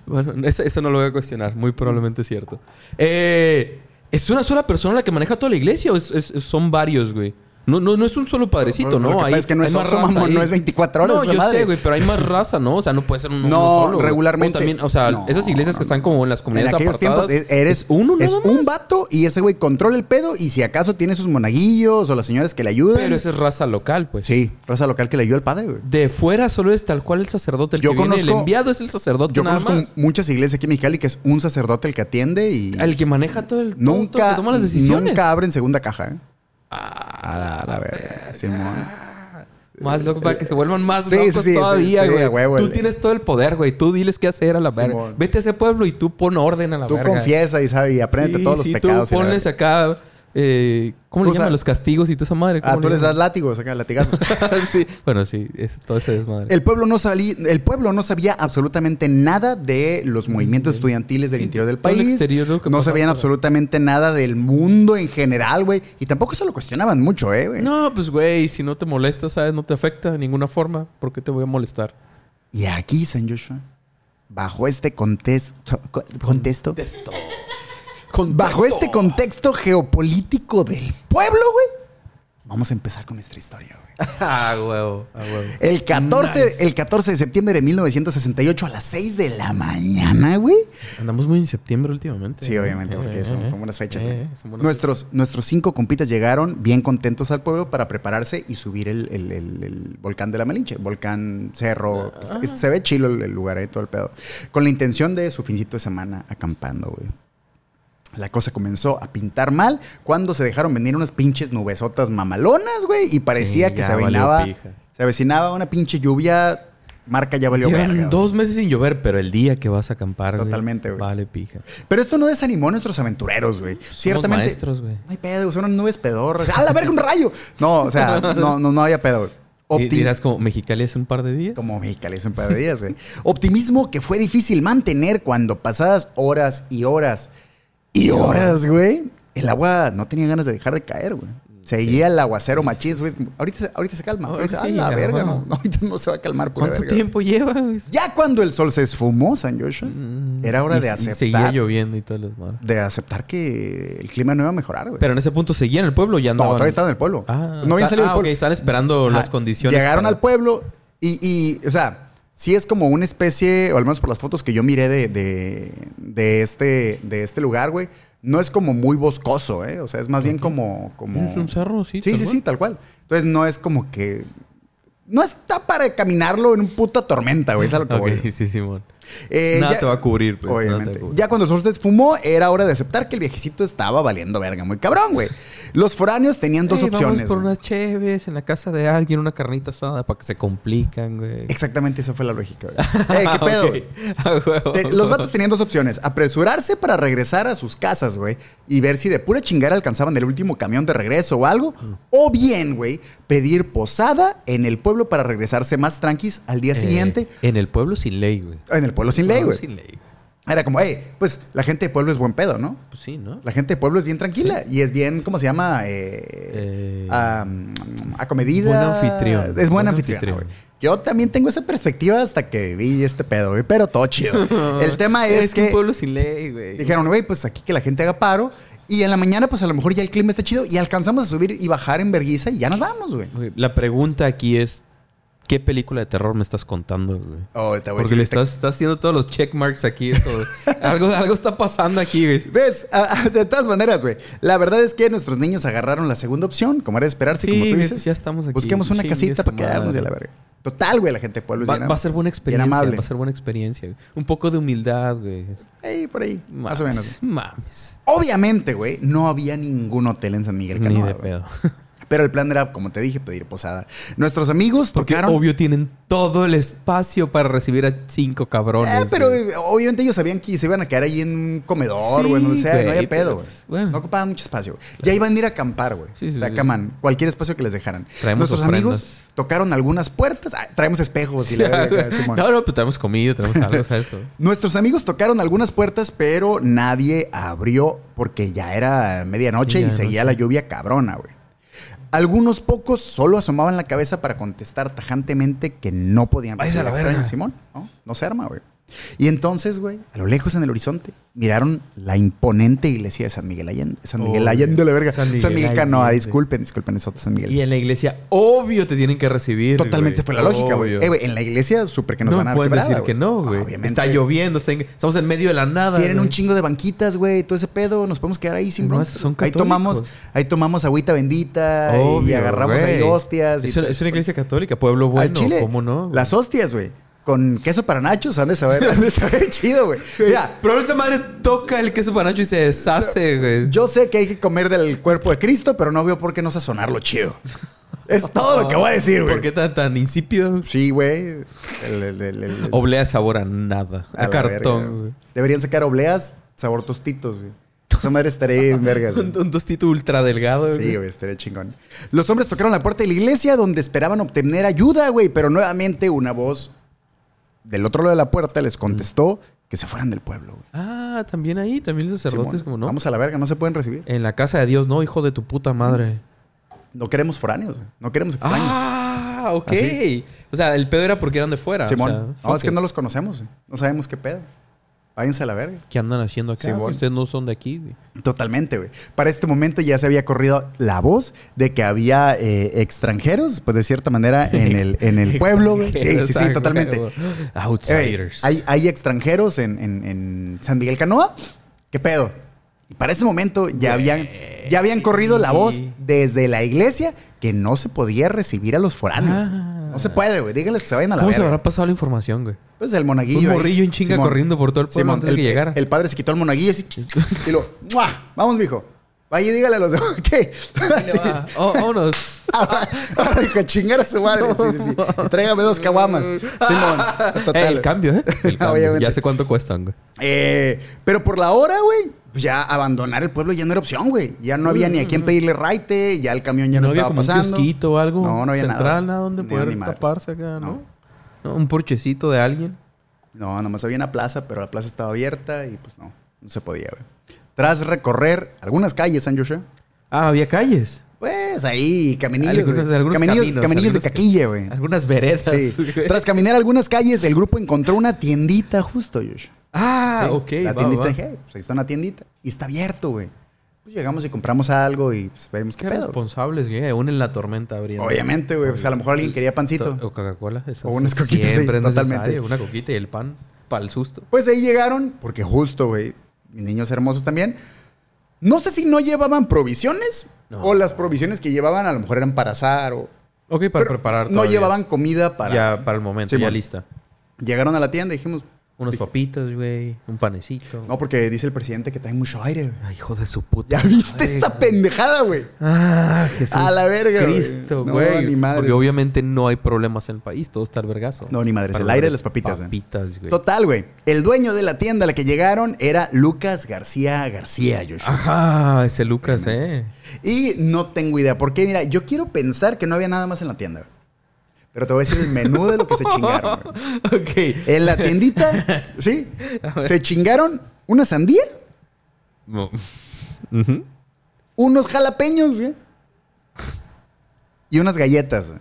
F: bueno, eso, eso no lo voy a cuestionar. Muy probablemente es cierto. Eh, ¿Es una sola persona la que maneja toda la iglesia o es- es- son varios, güey? No, no, no es un solo padrecito,
C: Lo
F: ¿no?
C: que pasa
F: Hay-
C: es que no
F: hay
C: es
F: más
C: Oxxo,
F: raza
C: mamón,
F: ahí.
C: no es 24 horas
F: No,
C: esa
F: yo
C: madre.
F: sé, güey, pero hay más raza, ¿no? O sea, no puede ser un uno
C: No,
F: solo. güey.
C: regularmente.
F: O, también, o sea,
C: No,
F: esas iglesias
C: no,
F: que están
C: no.
F: como en las comunidades
C: en aquellos
F: apartadas,
C: tiempos e- eres
F: es uno
C: es
F: nada
C: un
F: más.
C: vato y ese güey controla el pedo y si acaso tiene sus monaguillos o las señoras que le ayudan.
F: Pero esa es raza local, pues.
C: eh. Sí, raza local que le ayuda al padre, güey.
F: De fuera solo es tal cual el sacerdote el
C: Yo
F: que viene. El
C: conozco-
F: enviado es el sacerdote
C: Yo
F: nada
C: conozco
F: más.
C: muchas iglesias aquí en Mexicali que es un sacerdote el que atiende y
F: El que maneja todo el... todo- todo el que
C: nunca,
F: toma las decisiones. Ah,
C: nunca abren segunda caja, ¿eh? A la, a la verga, Simón.
F: Más locos para que se vuelvan más
C: Sí,
F: locos
C: sí, sí,
F: todavía,
C: sí, sí,
F: güey.
C: a huevo,
F: tú
C: el-
F: tienes todo el poder, güey. Tú diles qué hacer a la verga.
C: Simón.
F: Vete a ese pueblo y tú pon orden a la
C: Tú
F: verga.
C: confiesa y sabe y aprende
F: Sí,
C: todos los
F: sí,
C: pecados. y
F: Tú
C: la
F: pones
C: verga.
F: acá... eh, ¿Cómo le
C: O sea-
F: llaman los castigos y toda esa madre?
C: Ah,
F: ¿Cómo
C: tú
F: le
C: les das
F: llaman?
C: látigos acá, latigazos.
F: sí. Bueno, sí. es- todo ese desmadre.
C: El pueblo, no salí, el pueblo no sabía absolutamente nada de los movimientos estudiantiles del interior del
F: Todo el
C: país.
F: exterior, lo que
C: no
F: pasaba
C: sabían
F: por-
C: absolutamente nada del mundo en general, güey. Y tampoco se lo cuestionaban mucho, ¿eh, güey?
F: No, pues, güey. Si no te molesta, ¿sabes? No te afecta de ninguna forma. ¿Por qué te voy a molestar?
C: Y aquí, San Joshua, bajo este contexto, co- contexto
F: Contexto. Contexto.
C: bajo este contexto geopolítico del pueblo, güey, vamos a empezar con nuestra historia, güey.
F: Ah, huevo. Ah, huevo.
C: El 14, el 14 de septiembre de 1968 a las 6 de la mañana, güey.
F: Andamos muy en septiembre últimamente.
C: Sí, obviamente,
F: Eh,
C: porque
F: eh,
C: son,
F: eh.
C: son buenas fechas.
F: Eh,
C: güey.
F: eh, son buenas
C: nuestros, nuestros cinco compitas llegaron bien contentos al pueblo para prepararse y subir el, el- el- el volcán de la Malinche. Volcán, cerro. Está-
F: Ah.
C: Se ve chilo el, el lugar ahí, todo el pedo. Con la intención de su fincito de semana acampando, güey. La cosa comenzó a pintar mal cuando se dejaron venir unas pinches nubesotas mamalonas, güey. Y parecía
F: Sí,
C: que
F: ya
C: se
F: valió
C: avecinaba,
F: pija.
C: se avecinaba una pinche lluvia. Marca ya valió
F: Llevan
C: verga, güey.
F: dos meses sin llover, pero el día que vas a acampar.
C: Totalmente, güey.
F: Vale, pija.
C: Pero esto no desanimó a nuestros aventureros, güey. Ciertamente.
F: maestros, güey.
C: No hay pedo, son unas nubes pedorras. ¡A la verga, un rayo! No, o sea, no, no, no había pedo, güey.
F: Y
C: Optim-
F: dirás como Mexicali hace un par de días.
C: como Mexicali hace un par de días, güey. Optimismo que fue difícil mantener cuando pasadas horas y horas y horas, güey, el agua no tenía ganas de dejar de caer, güey. Seguía el aguacero machín, güey. es como, Ahorita, se- ahorita se calma.
F: Ahorita
C: Ahorita,
F: sí,
C: a
F: a
C: la
F: lo
C: verga,
F: mejor
C: no. Ahorita no se va a calmar, pura
F: ¿Cuánto
C: verga.
F: tiempo llevas?
C: Ya cuando el sol se esfumó, San Joshua, era hora
F: Mm, Y-
C: de
F: y
C: aceptar
F: seguía lloviendo y todo el desmadre.
C: de aceptar que el clima no iba a mejorar, güey.
F: Pero en ese punto seguía en el pueblo, ya
C: no,
F: andaban.
C: todavía estaban en el pueblo.
F: Ah,
C: no habían
F: está-
C: salido del
F: ah,
C: pueblo.
F: ok, están esperando
C: Ajá.
F: las condiciones.
C: Llegaron
F: para-
C: al pueblo y, y, o sea, sí es como una especie, o al menos por las fotos que yo miré de, de, de este, de este lugar, güey. No es como muy boscoso, ¿eh? O sea, es más bien como, como...
F: Es un cerro, sí.
C: Sí,
F: tal
C: sí,
F: cual.
C: sí, tal cual. Entonces no es como que... No está para caminarlo en un puta tormenta, güey. Es a lo que voy.
F: Ok, sí, Simón.
C: Eh,
F: Nada
C: ya-
F: te va a cubrir, pues. nada te va a
C: Obviamente.
F: cubrir.
C: Ya cuando el sol se esfumó, era hora de aceptar que el viejecito estaba valiendo verga, muy cabrón, güey. Los foráneos tenían dos
F: Ey,
C: opciones.
F: Vamos por
C: güey.
F: unas cheves en la casa de alguien, una carnita asada para que se complican, güey.
C: Exactamente, esa fue la lógica. güey. Eh, ¿Qué pedo? güey?
F: pedo?
C: Te- los vatos tenían dos opciones: apresurarse para regresar a sus casas, güey, y ver si de pura chingada alcanzaban el último camión de regreso o algo, o bien, güey, pedir posada en el pueblo para regresarse más tranquis al día siguiente
F: Eh, En el pueblo sin ley, güey.
C: en el pueblo sin ley,
F: Pueblo
C: güey.
F: Sin ley.
C: Era como, hey, pues la gente de pueblo es buen pedo, ¿no?
F: Pues sí, ¿no?
C: La gente de pueblo es bien tranquila y es bien, ¿cómo se llama? Eh,
F: Eh,
C: am, acomedida.
F: buen anfitrión.
C: Es buen
F: Buen
C: anfitrión.
F: anfitrión.
C: güey. Yo también tengo esa perspectiva hasta que vi este pedo, güey, pero todo chido. El tema es,
F: un
C: que
F: pueblo sin ley, güey.
C: dijeron, güey, pues aquí que la gente haga paro y en la mañana, pues a lo mejor ya el clima está chido y alcanzamos a subir y bajar en Berguisa y ya nos vamos, güey.
F: Güey, La pregunta aquí es: ¿qué película de terror me estás contando, güey?
C: Oh, te voy a
F: Porque
C: decir
F: le
C: ahorita-
F: estás, estás haciendo todos los checkmarks aquí. esto. algo, algo está pasando aquí, güey.
C: ¿Ves? Ah, ah, de todas maneras, güey. La verdad es que nuestros niños agarraron la segunda opción, como era de esperarse,
F: Sí,
C: como tú
F: güey,
C: dices.
F: ya estamos aquí.
C: Busquemos una
F: Chingue
C: casita
F: su
C: para quedarnos
F: madre.
C: de la verga. Total, güey, la gente de pueblo es
F: Va,
C: bien
F: va a ser buena
C: bien
F: experiencia.
C: amable.
F: Va a ser buena experiencia. güey. Un poco de humildad, güey.
C: Ahí, por ahí, más o menos.
F: Mames, Mames.
C: Obviamente, güey, no había ningún hotel en San Miguel
F: Ni
C: Canoa,
F: de
C: güey.
F: pedo.
C: Pero el plan era, como te dije, pedir posada. Nuestros amigos
F: Porque
C: tocaron.
F: obvio tienen todo el espacio para recibir a cinco cabrones.
C: Eh, pero
F: güey.
C: eh, obviamente ellos sabían que se iban a quedar ahí en un comedor
F: Sí,
C: o en donde sea, no
F: güey,
C: había pedo,
F: pero, pues,
C: güey.
F: bueno.
C: No ocupaban mucho espacio. Ya iban a ir a acampar, güey.
F: Sí, sí,
C: o sea,
F: sí.
C: acaman, cualquier espacio que les dejaran.
F: Traemos
C: Nuestros
F: ofrendas.
C: amigos tocaron algunas puertas, Ah, traemos espejos y la verga, Simón.
F: no, no, pero traemos comida, traemos algo, ¿sabes? güey?
C: Nuestros amigos tocaron algunas puertas, pero nadie abrió porque ya era medianoche
F: Sí, ya
C: y seguía la lluvia cabrona, güey. Algunos pocos solo asomaban la cabeza para contestar tajantemente que no podían
F: Váyase a
C: recibir
F: la
C: extraños,
F: verga.
C: Simón, ¿no? No se arma, güey. Y entonces, güey, a lo lejos en el horizonte, miraron la imponente iglesia de San Miguel Allende. San
F: Oh,
C: Miguel Allende, la verga.
F: San
C: San Miguel,
F: Miguel
C: Canoa,
F: Allende.
C: disculpen, disculpen, es otro San Miguel.
F: Y en la iglesia, obvio, te tienen que recibir.
C: Totalmente
F: güey.
C: fue la lógica, güey.
F: Obvio.
C: Eh, güey, en la iglesia, súper que nos
F: no
C: van a dar
F: pueden
C: quebrada, Ah,
F: decir que no, güey.
C: Obviamente.
F: Está lloviendo, está en- estamos en medio de la nada.
C: Tienen
F: güey.
C: un chingo de banquitas, güey, todo ese pedo, nos podemos quedar ahí sin
F: Además,
C: broncas.
F: son
C: ahí
F: católicos.
C: tomamos, ahí tomamos agüita bendita y
F: Obvio,
C: agarramos
F: güey.
C: ahí hostias. y
F: Es una,
C: todo.
F: es una iglesia católica, pueblo
C: Al
F: bueno.
C: Chile,
F: ¿Cómo no?
C: Las hostias, güey. Con queso para nachos, han de saber, han de saber chido, güey.
F: Güey,
C: Mira,
F: Pero esta madre toca el queso panacho y se deshace, güey.
C: yo sé que hay que comer del cuerpo de Cristo, pero no veo por qué no sazonarlo chido. Es todo lo que voy a decir,
F: ¿Por qué
C: güey.
F: tan, tan insípido?
C: Sí, güey. El- el- el- el-
F: Oblea sabor a nada.
C: a
F: A,
C: la verga.
F: cartón, güey.
C: Deberían sacar obleas, sabor tostitos, güey. Esa madre estaría bien vergas, güey.
F: Un, un tostito ultra delgado.
C: Sí, güey, estaría chingón. Los hombres tocaron la puerta de la iglesia donde esperaban obtener ayuda, güey, pero nuevamente una voz del otro lado de la puerta les contestó que se fueran del pueblo, güey.
F: Ah, también ahí, también los sacerdotes,
C: Simón,
F: como no.
C: Vamos a la verga, no se pueden recibir.
F: En la casa de Dios, no, hijo de tu puta madre.
C: No queremos foráneos, güey. no queremos extraños.
F: Ah, ok.
C: Así.
F: O sea, el pedo era porque eran de fuera. o
C: Simón,
F: sea,
C: no,
F: fuck
C: es que
F: it.
C: no los conocemos, güey. no sabemos qué pedo. Váyanse a la verga.
F: ¿Qué andan haciendo acá?
C: Simón.
F: Ustedes no son de aquí. güey.
C: Totalmente, güey. Para este momento ya se había corrido la voz de que había eh, extranjeros, pues de cierta manera, en el, en el pueblo, güey. Sí, sí, sí,
F: Exacto,
C: totalmente.
F: güey.
C: Ey,
F: Outsiders.
C: hay, hay extranjeros en, en- en San Miguel Canoa. ¿Qué pedo? Y para ese momento ya habían, ya habían corrido la voz desde la iglesia que no se podía recibir a los foráneos.
F: Ah.
C: No se puede, güey. Díganles que se vayan a la
F: ¿Cómo se
C: verga.
F: habrá pasado la información, güey?
C: Pues el monaguillo.
F: Un
C: ahí.
F: morrillo en chinga corriendo por todo el pueblo antes
C: el,
F: de que llegara.
C: El padre se quitó el monaguillo así. y lo, ¡mua! Vamos, mijo. Vaya, y dígale a los demás. ¿Qué? Sí.
F: Ah, oh, vámonos.
C: Ahora, hijo, a chingar a su madre. Sí, sí, sí. Tráigame dos caguamas. Simón.
F: Eh, el cambio, ¿eh? El cambio.
C: Obviamente.
F: Ya sé cuánto cuestan, güey.
C: Eh, pero por la hora, güey, pues ya abandonar el pueblo ya no era opción, güey. Ya no había ni a quién pedirle raite, ya el camión ya no,
F: Mm. no había
C: estaba
F: como un
C: pasando.
F: kiosquito o algo.
C: No, no había nada.
F: central, nada donde
C: Ni- ni
F: poder
C: madres.
F: taparse
C: No.
F: acá, ¿no? ¿no? Un porchecito de alguien.
C: No, nomás había una plaza, pero la plaza estaba abierta y pues no, no se podía, güey. Tras recorrer algunas calles, San Joshua,
F: Ah, había calles.
C: pues ahí, caminillos.
F: Algunos-
C: güey.
F: algunos
C: caminillos,
F: caminos,
C: caminillos de
F: algunos-
C: caquilla, güey.
F: Algunas veredas.
C: Sí.
F: güey.
C: Tras caminar algunas calles, el grupo encontró una tiendita justo, Joshua.
F: Ah,
C: Sí,
F: ok.
C: La
F: va,
C: tiendita,
F: va.
C: dije, "Hey, pues ahí está una tiendita. Y está abierto, güey. Pues llegamos y compramos algo y pues vemos qué,
F: Qué
C: pedo.
F: responsables, güey. Aún en la tormenta habría.
C: Obviamente, güey. Pues a lo mejor alguien quería pancito.
F: O Coca-Cola. eso
C: O unas
F: sí,
C: coquitas,
F: Siempre
C: sí,
F: es necesario.
C: totalmente.
F: Una coquita y el pan para el susto.
C: Pues ahí llegaron, porque justo, güey, mis niños hermosos también. No sé si no llevaban provisiones
F: No.
C: o las provisiones que llevaban a lo mejor eran para azar o...
F: Ok, para
C: Pero
F: preparar
C: No
F: todavía.
C: llevaban comida para...
F: Ya para el momento,
C: Sí,
F: ya
C: bueno.
F: lista.
C: Llegaron a la tienda y dijimos...
F: Unos
C: dije,
F: papitos, güey. Un panecito.
C: No, porque dice el presidente que trae mucho aire. güey".
F: Ay, hijo de su puta.
C: ¿Ya viste
F: madre,
C: esta
F: güey.
C: pendejada, güey?
F: Ah, Jesús.
C: A la verga, güey.
F: Cristo,
C: No,
F: güey.
C: ni madre.
F: Porque obviamente no hay problemas en el país. Todo está albergazo.
C: No, ni madres. El aire de las papitas, güey.
F: Papitas, güey.
C: Total, güey. El dueño de la tienda a la que llegaron era Lucas García García, Joshua.
F: Ajá, ese Lucas, eh.
C: Y no tengo idea. Porque, mira, yo quiero pensar que no había nada más en la tienda. güey. Pero te voy a decir el menú de lo que se chingaron. güey.
F: ok.
C: En la tiendita, ¿sí? Se chingaron una sandía,
F: No.
C: unos jalapeños, güey. Y unas galletas, güey.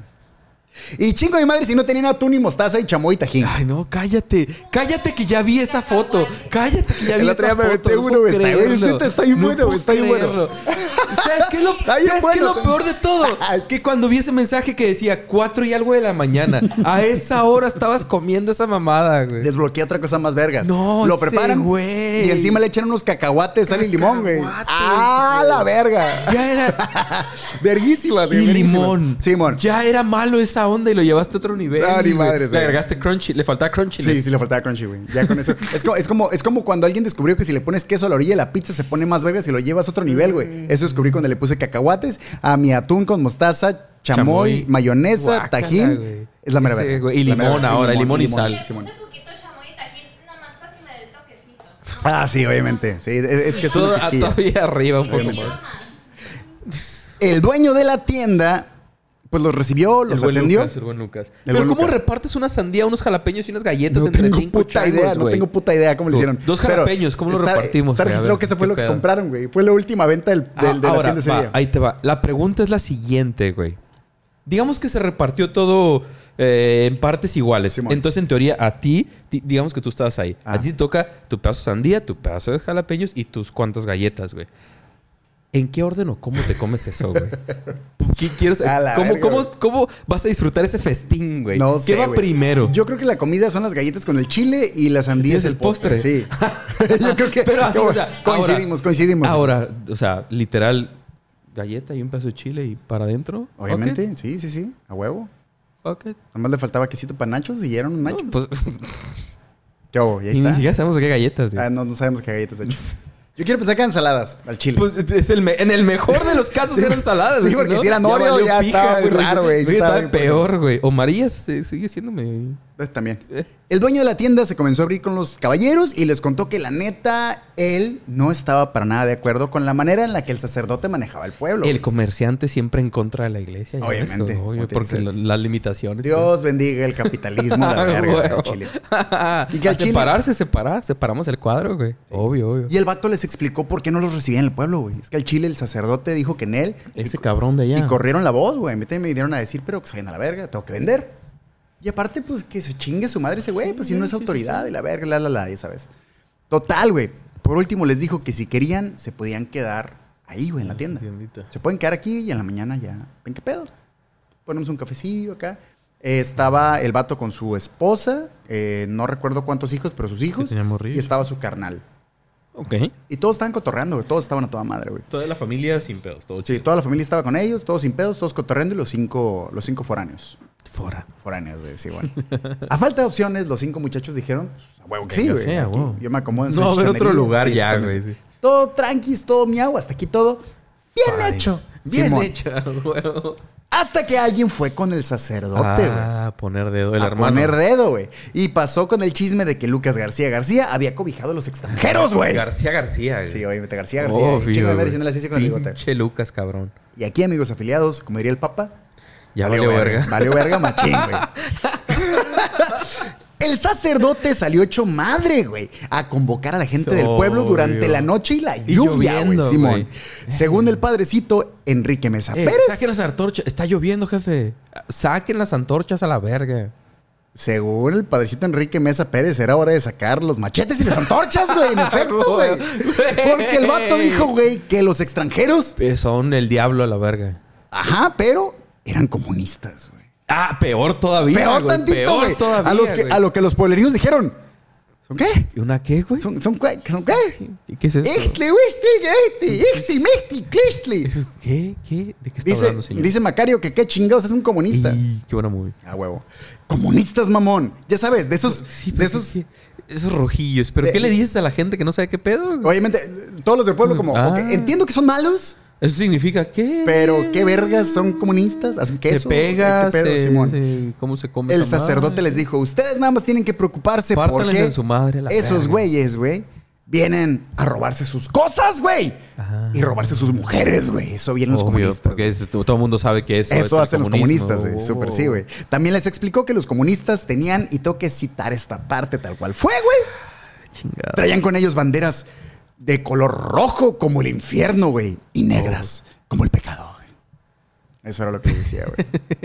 C: Y chingo de madre si no tenían atún y mostaza y chamoy y tajín.
F: Ay, no, cállate. Cállate que ya vi esa foto. Cállate que ya vi
C: El
F: esa
C: otro día
F: foto.
C: me aventé
F: no
C: uno,
F: puedo
C: güey, está- güey,
F: creerlo.
C: neta, está bien
F: No
C: bueno, güey, está bien
F: puedo
C: bueno.
F: creerlo. ¿Sabes qué es lo,
C: Está bien
F: ¿sabes qué es
C: bueno, Ah,
F: lo peor de todo? Es que cuando vi ese mensaje que decía 4 y algo de la mañana, a esa hora estabas comiendo esa mamada, güey.
C: Desbloquea otra cosa más vergas.
F: Pues. No,
C: Lo
F: ese
C: preparan.
F: güey.
C: Y encima le echan unos cacahuates, sal y limón, güey.
F: Cacahuates,
C: ¡Ah, la verga!
F: Ya era
C: Verguísimas,
F: y
C: güey, verguísimas.
F: limón.
C: Simón.
F: Ya era malo esa esa onda y lo llevaste a otro nivel.
C: Ah, ni
F: güey.
C: madres,
F: Le
C: güey.
F: agregaste crunchy, le faltaba crunchy.
C: Sí, sí, le faltaba crunchy, güey. Ya con eso. Es como, es, como, es como cuando alguien descubrió que si le pones queso a la orilla de la pizza se pone más verga si lo llevas a otro nivel,
F: Mm.
C: güey. Eso descubrí cuando le puse cacahuates a mi atún con mostaza, chamoy,
G: Chamoy.
C: mayonesa,
F: Guácala,
C: tajín.
F: güey.
C: Es la mera
F: Sí,
C: verga.
F: güey. Y
C: La mera
F: limón
C: verga.
F: ahora, limón y sal.
H: Le puse
C: Simón.
H: poquito chamoy y tajín, nomás para que me dé el toquecito.
C: Ah, sí, obviamente. Sí, es, es que es una cosquilla.
F: ah, todavía arriba un
H: Y le
F: poco
H: lleva
F: más.
H: más.
C: El dueño de la tienda, pues los recibió,
F: El
C: los
F: buen
C: atendió.
F: Lucas, el buen Lucas.
C: El
F: Pero
C: buen
F: ¿cómo
C: Lucas.
F: repartes una sandía, unos jalapeños y unas galletas
C: No
F: entre
C: tengo
F: cinco
C: puta
F: changos,
C: idea, no
F: güey?
C: tengo puta idea cómo lo
F: Tú,
C: hicieron.
F: dos
C: Pero
F: jalapeños, ¿cómo lo
C: está-
F: repartimos,
C: Está
F: güey? A
C: registrado
F: ver,
C: que ese fue
F: ¿qué
C: lo que
F: pedo?
C: compraron, güey. Fue la última venta del,
F: Ah,
C: del- de la
F: ahora,
C: tienda ese
F: va,
C: día.
F: ahí te va. La pregunta es la siguiente, güey. Digamos que se repartió todo eh, en partes iguales.
C: Simón.
F: Entonces, en teoría, a ti, di- digamos que tú estabas ahí.
C: Ah.
F: A ti te toca tu pedazo de sandía, tu pedazo de jalapeños y tus cuantas galletas, güey. ¿En qué orden o cómo te comes eso, güey? ¿Qué quieres?
C: A la
F: ¿Cómo,
C: verga,
F: cómo,
C: güey.
F: cómo vas a disfrutar ese festín, güey?
C: No
F: ¿Qué
C: sé,
F: va
C: güey.
F: primero?
C: Yo creo que la comida son las galletas con el chile y las sandías
F: Es el postre.
C: Sí. Yo creo que
F: Pero así, o sea,
C: coincidimos,
F: ahora-
C: coincidimos.
F: Ahora, o sea, literal, galleta y un pedazo de chile y para adentro.
C: Obviamente, sí, sí, sí. A huevo.
F: Ok, ok.
C: Nada más le faltaba quesito para nachos y eran unos nachos.
F: No, pues,
C: ¿Qué hubo? Ya
F: y ni
C: está.
F: siquiera sabemos de qué galletas. güey.
C: Ah, no, no sabemos qué galletas de hecho. Yo quiero pensar que eran ensaladas al chile.
F: Pues es el me- en el mejor de los casos
C: Sí,
F: eran saladas.
C: sí, porque si eran Oreo, ya estaba muy raro, güey. Sí estaba
F: estaba
C: muy
F: peor, güey. O Marías eh, sigue siendo medio-
C: Pues También.
F: Eh.
C: El dueño de la tienda se comenzó a abrir con los caballeros y les contó que la neta, él no estaba para nada de acuerdo con la manera en la que el sacerdote manejaba el pueblo.
F: El comerciante siempre en contra de la iglesia. ya ves,
C: Obviamente,
F: obvio,
C: como tiene que
F: porque
C: ser.
F: lo- las limitaciones.
C: Dios bendiga el capitalismo, la
F: Ah,
C: verga,
F: huevo.
C: güey, Chile. Y
F: y
C: que al chile-
F: separarse, separar. Separamos el cuadro, güey. Obvio, obvio.
C: Y el vato les explicó por qué no los recibían en el pueblo, güey. Es que al Chile el sacerdote dijo que en él.
F: Ese
C: y-
F: cabrón de allá.
C: Y corrieron la voz, güey. A mí también me vinieron a decir, pero que se vayan a la verga, tengo que vender. Y aparte, pues que se chingue su madre ese güey, pues si no es autoridad y la verga, la, la, la, ya sabes. Total, güey. Por último, les dijo que si querían, se podían quedar ahí, güey, en
D: Ah,
C: la tienda.
F: tiendita.
C: Se pueden quedar aquí y en la mañana ya. ¿Ven qué pedo? Ponemos un cafecillo acá. Eh, estaba el vato con su esposa, eh, no recuerdo cuántos hijos, pero sus hijos.
F: tenía morrillos.
C: y estaba su carnal.
F: Ok.
C: Y todos estaban cotorreando, güey. Todos estaban a toda madre, güey.
F: Toda la familia sin pedos. Todo
C: Sí, toda la familia estaba con ellos, todos sin pedos, todos cotorreando y los cinco, los cinco foráneos.
F: Fuera.
C: Foráneos, güey, sí, bueno. A falta de opciones, los cinco muchachos dijeron, pues, a huevo que sí,
F: Ya
C: güey.
F: sé, a
C: aquí
F: huevo.
C: Yo me acomodo en
F: No va a haber
C: salchichonería.
F: otro lugar ya,
C: totalmente.
F: güey, sí.
C: Todo tranquis, todo miau, hasta aquí todo bien
F: Fine.
C: hecho.
F: Bien
C: Simón.
F: hecho, huevo.
C: Hasta que alguien fue con el sacerdote, güey.
F: Ah, poner dedo el
C: a
F: hermano.
C: poner dedo, güey. Y pasó con el chisme de que Lucas García García había cobijado a los extranjeros, güey.
F: García García. güey.
C: Sí, obviamente, García García. Chingo
F: Obvio,
C: de madre,
F: güey.
C: diciéndole así con el bigote.
F: Pinche Lucas, cabrón.
C: Y aquí, amigos afiliados, como diría el Papa,
F: Ya valió verga.
C: Valió verga machín, güey. El sacerdote salió hecho madre, güey, a convocar a la gente del pueblo durante
F: Obvio.
C: la noche y la
F: Y
C: lluvia, güey,
F: lloviendo,
C: Simón.
F: güey.
C: Según el padrecito Enrique Mesa
F: Eh,
C: Pérez.
F: saquen las antorchas. Está lloviendo, jefe. Saquen las antorchas a la verga.
C: Según el padrecito Enrique Mesa Pérez, era hora de sacar los machetes y las antorchas, güey, en efecto, güey. Porque el vato dijo, güey, que los extranjeros,
F: Eh, Son el diablo a la verga.
C: ajá, pero eran comunistas, güey.
F: Ah, peor todavía.
C: Peor
F: güey.
C: tantito,
F: Peor
C: güey.
F: todavía.
C: A, los que-
F: güey.
C: a lo que los pueblerinos dijeron, ¿son qué?
F: ¿Y una qué, güey?
C: ¿Son, son, qué? ¿Son Este, qué?
F: ¿Y ¿Qué es eso?
C: Ixtli, wixtli, ixtli, ixtli, mixtli, clixtli.
F: ¿Eso ¿Qué? ¿Qué? ¿De qué está
C: este, Dice,
F: hablando, señor?
C: dice Macario que qué chingados es un comunista.
F: Y, qué buena movie.
C: A huevo. Comunistas, mamón. Ya sabes, de esos.
F: Sí,
C: de
F: pero
C: esos
F: sí, Esos rojillos. ¿Pero
C: De-
F: qué le dices a la gente que no sabe qué pedo? güey?
C: Obviamente, todos los del pueblo, como,
F: Ah.
C: ok, entiendo que son malos,
F: Eso significa qué.
C: pero qué vergas son comunistas, hacen
F: Se
C: queso.
F: pega,
C: ¿Qué pedo,
F: se-
C: Simón?
F: se- ¿Cómo se come
C: El
F: esa
C: sacerdote
F: madre?
C: les dijo: Ustedes nada más tienen que preocuparse
F: Pártanles
C: porque
F: en su madre la
C: esos
F: verga.
C: güeyes, güey, vienen a robarse sus cosas, güey.
F: Ah.
C: Y robarse sus mujeres, güey. Eso vienen los
F: Obvio,
C: comunistas.
F: Porque es- todo el mundo sabe que eso.
C: Eso,
F: es el
C: hacen los
F: comunismo.
C: comunistas, güey.
F: Oh.
C: Súper sí, güey. También les explicó que los comunistas tenían, y tengo que citar esta parte tal cual fue, güey.
F: Oh, Chingado.
C: Traían con ellos banderas de color rojo como el infierno, güey. Y negras
F: Oh.
C: como el pecado, güey. Eso era lo que les decía, güey.